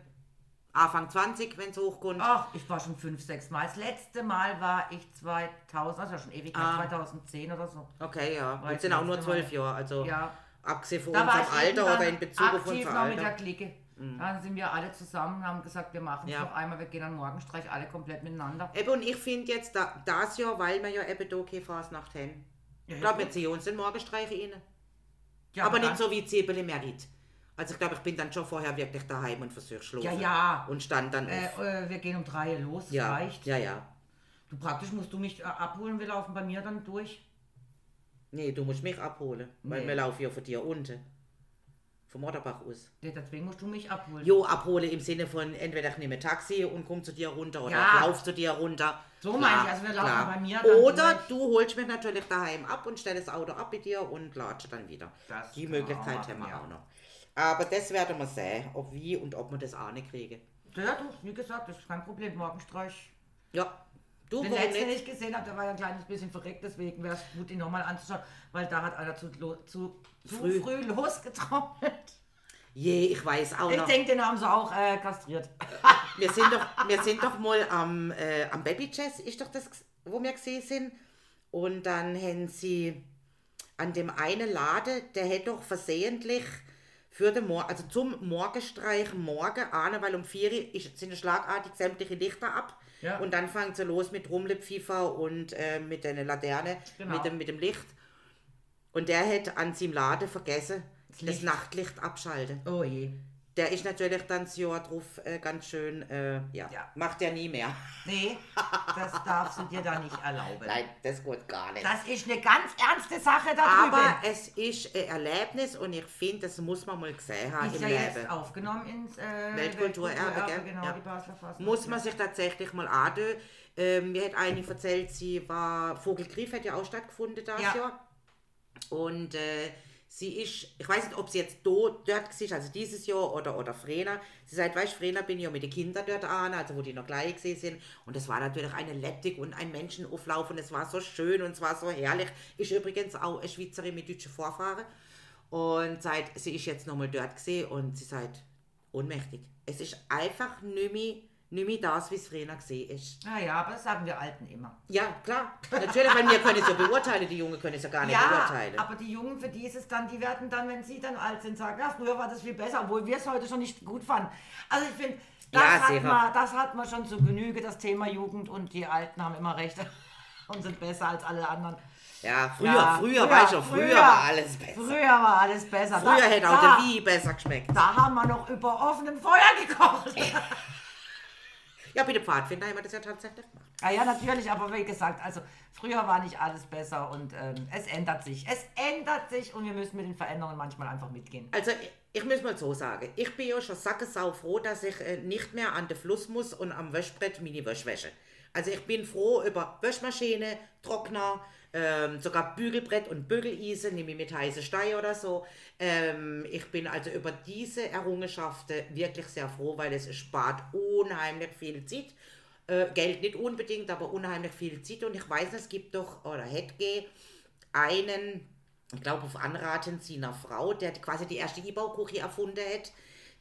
S1: Anfang 20, wenn es hochkommt.
S2: Ach, ich war schon fünf, sechs Mal. Das letzte Mal war ich 2000, also schon ewig, her,
S1: Ah.
S2: 2010 oder so.
S1: Okay, ja.
S2: Weil
S1: Und sind auch nur
S2: letzte Mal-
S1: zwölf Jahre, also
S2: Ja.
S1: abgesehen von
S2: Da war
S1: unserem
S2: ich
S1: Alter
S2: irgendwann
S1: oder in Bezug auf
S2: aktiv
S1: unser
S2: noch mit der
S1: Alter. Mhm.
S2: Clique. Dann sind wir alle zusammen und haben gesagt, wir machen es
S1: Ja.
S2: noch einmal, wir gehen an Morgenstreich alle komplett miteinander.
S1: Eben, und ich finde jetzt da, das Jahr, weil wir ja eben da keine Fasnacht haben. Ich glaube, wir ziehen uns den Morgenstreich rein.
S2: Ja,
S1: aber nicht
S2: dann-
S1: so wie Zebele Merit. Also ich glaube, ich bin dann schon vorher wirklich daheim und versuche schlafen.
S2: Ja, ja.
S1: Und stand dann
S2: Äh,
S1: auf.
S2: äh, wir gehen um drei los, das
S1: ja,
S2: reicht.
S1: ja, ja.
S2: Du praktisch musst du mich äh, abholen, wir laufen bei mir dann durch.
S1: Nee, du musst mich abholen, weil
S2: Nee.
S1: wir laufen ja von dir unten. Vom Otterbach aus.
S2: Ja, Deswegen musst du mich abholen.
S1: Jo, abhole im Sinne von entweder ich nehme Taxi und komme zu dir runter oder
S2: Ja.
S1: ich laufe zu dir runter.
S2: So meine ich, also wir laufen bei mir dann
S1: Oder
S2: durch.
S1: du holst mich natürlich daheim ab und stellst das Auto ab bei dir und latsche dann wieder.
S2: Das
S1: Die
S2: kann man auch
S1: Möglichkeit
S2: machen,
S1: haben wir
S2: ja.
S1: auch noch. Aber das werden wir sehen, ob wie und ob wir das auch nicht kriegen.
S2: Ja, du, wie gesagt, das ist kein Problem. Morgenstreich.
S1: Ja, du
S2: Den
S1: warum nicht?
S2: letzten, den ich gesehen habe, der war ja ein kleines bisschen verreckt, deswegen wäre es gut, ihn nochmal anzuschauen, weil da hat einer zu, lo- zu, zu früh.
S1: Früh.
S2: losgetrommelt.
S1: Je, ich weiß auch
S2: [laughs] Ich
S1: noch.
S2: denke, den haben sie auch äh, kastriert.
S1: Wir sind doch, wir sind doch mal am, äh, am Baby Jazz, ist doch das, gs- wo wir gesehen sind. Und dann haben sie an dem einen Laden, der hätte doch versehentlich für den Mor also zum Morgenstreich morgen ahne, weil um 4 Uhr ist, sind schlagartig sämtliche Lichter ab.
S2: Ja.
S1: Und dann fangen sie los mit Rumlepfiefer und äh, mit einer Laterne,
S2: Genau.
S1: mit, dem, mit dem Licht. Und der hätte an seinem Laden vergessen, das,
S2: Licht.
S1: Nachtlicht abschalten.
S2: Oh je.
S1: Der ist natürlich dann das Jahr drauf äh, ganz schön, äh, ja,
S2: Ja.
S1: macht er nie mehr. [laughs]
S2: Nee, das darfst du dir da nicht erlauben.
S1: Nein, das geht gar nicht.
S2: Das ist eine ganz ernste Sache da drüben.
S1: Aber es ist ein Erlebnis und ich finde, das muss man mal gesehen haben
S2: Ist
S1: im
S2: ja
S1: Leben.
S2: jetzt aufgenommen ins äh,
S1: Weltkulturerbe, gell?
S2: genau,
S1: Ja.
S2: die Basler Fassung.
S1: Muss man sich tatsächlich mal antun. Ähm, mir hat eine erzählt, sie war, Vogelgriff hat ja auch stattgefunden das
S2: Ja.
S1: Jahr. Und äh, sie ist, ich weiß nicht, ob sie jetzt do, dort war, also dieses Jahr oder, oder Frena. Sie sagt, weißt du, Frena bin ich ja mit den Kindern dort an, also wo die noch gleich gesehen sind. Und es war natürlich eine Lettik und ein Menschenauflauf und es war so schön und es war so herrlich. Ist übrigens auch eine Schweizerin mit deutschen Vorfahren. Und seit, sie ist jetzt nochmal dort gesehen und sie sagt, ohnmächtig. Es ist einfach nicht mehr, nicht mehr das, wie es früher gesehen ist.
S2: Naja, aber das sagen wir Alten immer.
S1: Ja, klar. Natürlich, weil wir können es ja beurteilen, die Jungen können es ja gar nicht beurteilen.
S2: aber die Jungen, für die ist es dann, die werden dann, wenn sie dann alt sind, sagen, ja, früher war das viel besser, obwohl wir es heute schon nicht gut fanden. Also ich finde, das,
S1: Ja,
S2: hat
S1: Sarah.
S2: man- das hat man schon zu Genüge, das Thema Jugend und die Alten haben immer recht [laughs] und sind besser als alle anderen.
S1: Ja, früher,
S2: Ja,
S1: früher, weißt du, früher, war alles besser. Früher,
S2: Früher war alles besser. Da-
S1: hätte auch
S2: da,
S1: der Wie besser geschmeckt.
S2: Da haben wir noch über offenem Feuer gekocht. [laughs]
S1: Ja, bei den Pfadfinder haben wir das ja tatsächlich gemacht.
S2: Ah ja, natürlich, aber wie gesagt, also früher war nicht alles besser und ähm, es ändert sich. Es ändert sich und wir müssen mit den Veränderungen manchmal einfach mitgehen.
S1: Also, ich, ich muss mal so sagen, ich bin ja schon sackesau froh, dass ich äh, nicht mehr an den Fluss muss und am Wäschbrett meine Wäsche wäsche. Also, ich bin froh über Wäschmaschine, Trockner, ähm, sogar Bügelbrett und Bügeleisen, nehme ich mit heiße Stein oder so. Ähm, ich bin also über diese Errungenschaften wirklich sehr froh, weil es spart unheimlich viel Zeit. Äh, Geld nicht unbedingt, aber unheimlich viel Zeit. Und ich weiß, es gibt doch, oder hätte geh, einen, ich glaube auf Anraten seiner Frau, der quasi die erste E-Bau-Küche erfunden hat,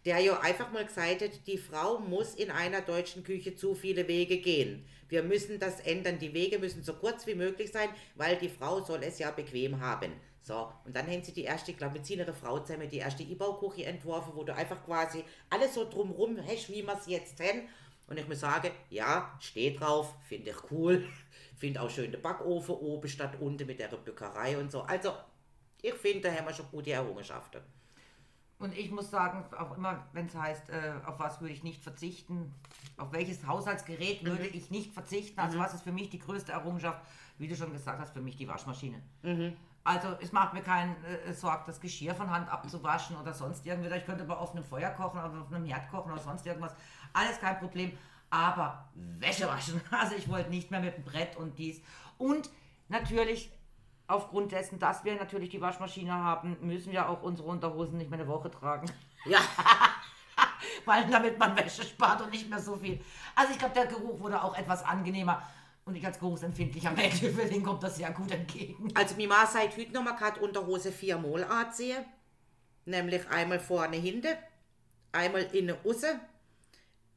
S1: der ja einfach mal gesagt hat, die Frau muss in einer deutschen Küche zu viele Wege gehen. Wir müssen das ändern. Die Wege müssen so kurz wie möglich sein, weil die Frau soll es ja bequem haben. So, und dann haben sie die erste, ich glaube, mit sie ihre Frau zusammen, die erste Ibaukuchi entworfen, wo du einfach quasi alles so drumrum hast, wie wir es jetzt haben. Und ich muss sagen, ja, steht drauf, finde ich cool. Finde auch schön den Backofen oben statt unten mit der Bäckerei und so. Also, ich finde, da haben wir schon gute Errungenschaften.
S2: Und ich muss sagen, auch immer, wenn es heißt, äh, auf was würde ich nicht verzichten, auf welches Haushaltsgerät würde ich nicht verzichten, also was ist für mich die größte Errungenschaft, wie du schon gesagt hast, für mich die Waschmaschine. Also es macht mir keinen äh, Sorg, das Geschirr von Hand abzuwaschen oder sonst irgendwas. Ich könnte bei offenem Feuer kochen, oder auf einem Herd kochen oder sonst irgendwas. Alles kein Problem. Aber Wäsche waschen. [laughs] Also ich wollte nicht mehr mit dem Brett und dies. Und natürlich aufgrund dessen, dass wir natürlich die Waschmaschine haben, müssen wir auch unsere Unterhosen nicht mehr eine Woche tragen.
S1: Ja,
S2: [laughs] Weil damit man Wäsche spart und nicht mehr so viel. Also ich glaube, der Geruch wurde auch etwas angenehmer. Und ich als geruchsempfindlicher Mensch, [laughs] für den kommt das ja gut entgegen.
S1: also mir war seit heute noch mal gerade Unterhose viermal anziehen. Nämlich einmal vorne, hinten, einmal innen, außen.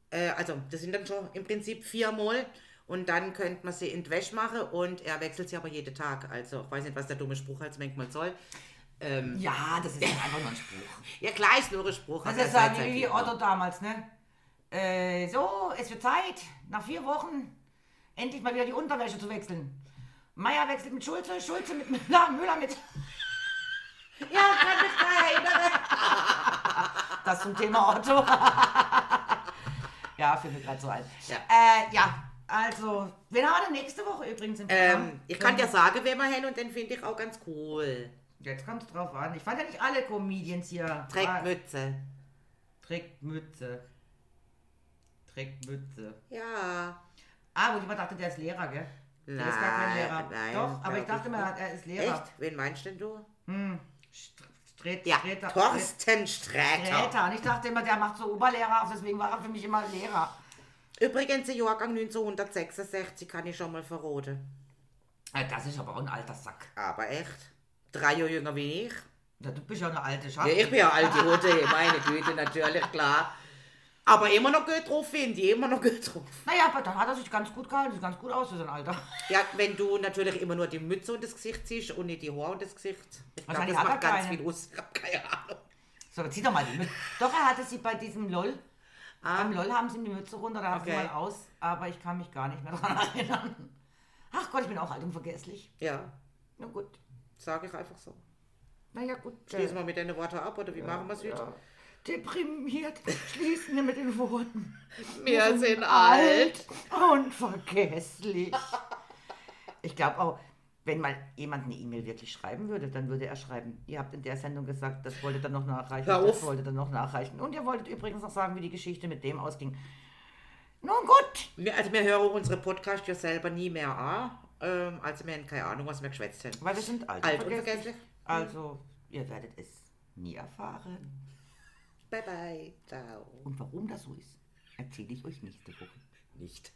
S1: Äh, also das sind dann schon im Prinzip viermal. Und dann könnte man sie in die Wäsche machen und er wechselt sie aber jeden Tag. Also ich weiß nicht, was der dumme Spruch als manchmal soll.
S2: Ja, das ist halt einfach nur ein Spruch.
S1: Ja, klar ist nur ein Spruch.
S2: Das
S1: aber
S2: ist halt
S1: er
S2: sagen
S1: sagt
S2: Also,
S1: halt
S2: wie
S1: seit heute
S2: Otto damals, ne? Äh, so, es wird Zeit, nach vier Wochen endlich mal wieder die Unterwäsche zu wechseln. Meier wechselt mit Schulze, Schulze mit Müller, Müller mit. [laughs]
S1: noch. Ja, kann mich da erinnern.
S2: Das zum Thema Otto. [laughs] ja, fällt mir gerade so ein.
S1: Ja.
S2: Äh, ja, also, wen haben wir denn nächste Woche übrigens im Programm?
S1: Ähm, ich
S2: genau.
S1: kann dir sagen, wer wir hin und den finde ich auch ganz cool.
S2: Jetzt kommt es drauf an. Ich fand ja nicht alle Comedians hier.
S1: Trägt
S2: Ah,
S1: Mütze.
S2: Trägt Mütze. Trägt Mütze.
S1: Ja.
S2: Ah, wo ich immer dachte, der ist Lehrer, gell? der ist gar kein
S1: Nein,
S2: Lehrer.
S1: nein,
S2: Doch, aber ich
S1: glaub
S2: dachte
S1: ich
S2: mal,
S1: nicht.
S2: er ist Lehrer.
S1: Echt? Wen meinst denn du?
S2: St- Stret,
S1: Ja,
S2: Streter,
S1: Thorsten Sträter.
S2: Sträter. Äh, Und ich dachte immer, der macht so Oberlehrer auf, deswegen war er für mich immer Lehrer.
S1: Übrigens, der Jahrgang 1966 kann ich schon mal verraten.
S2: Ja, Äh, Das ist aber auch ein alter Sack.
S1: Aber echt? Drei Jahre jünger wie ich.
S2: Ja, Du bist ja eine alte
S1: Ja,
S2: Schande.
S1: ich bin ja alte Hutte, [laughs] meine Güte, natürlich, klar. Aber immer noch gut drauf finde ich, immer noch gut drauf.
S2: Naja, aber dann hat er sich ganz gut gehalten. Sieht ganz gut aus für sein Alter. [laughs]
S1: Ja, wenn du natürlich immer nur die Mütze und das Gesicht siehst und nicht die Haare und das Gesicht. Ich glaube,
S2: Wahrscheinlich
S1: das
S2: hat er
S1: macht ganz
S2: keine.
S1: viel aus. Ich habe keine Ahnung.
S2: So, jetzt zieh doch mal die Mütze. Doch, er hatte sie bei diesem LOL. Beim LOL haben sie ihm die Mütze runter, da haben sie
S1: Ah. Okay.
S2: mal aus. Aber ich kann mich gar nicht mehr daran [laughs] erinnern. Ach Gott, ich bin auch alt und vergesslich.
S1: Ja,
S2: Na gut.
S1: sage ich einfach so.
S2: Naja, gut. äh,
S1: Schließen wir mit deinen Worten ab oder wie machen wir es wieder?
S2: ja. Deprimiert schließen wir mit den Worten.
S1: Wir sind
S2: alt und vergesslich. Ich glaube auch, wenn mal jemand eine E-Mail wirklich schreiben würde, dann würde er schreiben, ihr habt in der Sendung gesagt, das wolltet ihr noch nachreichen,
S1: Hör
S2: das
S1: auf.
S2: wolltet ihr noch nachreichen. Und ihr wolltet übrigens noch sagen, wie die Geschichte mit dem ausging. Nun gut.
S1: Wir, also wir hören unsere Podcast ja selber nie mehr an. Ähm, also wir haben keine Ahnung, was wir geschwätzt haben.
S2: Weil wir sind alt,
S1: Alt und vergesslich. Mhm.
S2: Also, ihr werdet es nie erfahren.
S1: Bye bye. Ciao.
S2: Und warum das so ist, erzähle ich euch nächste Woche.
S1: Nicht.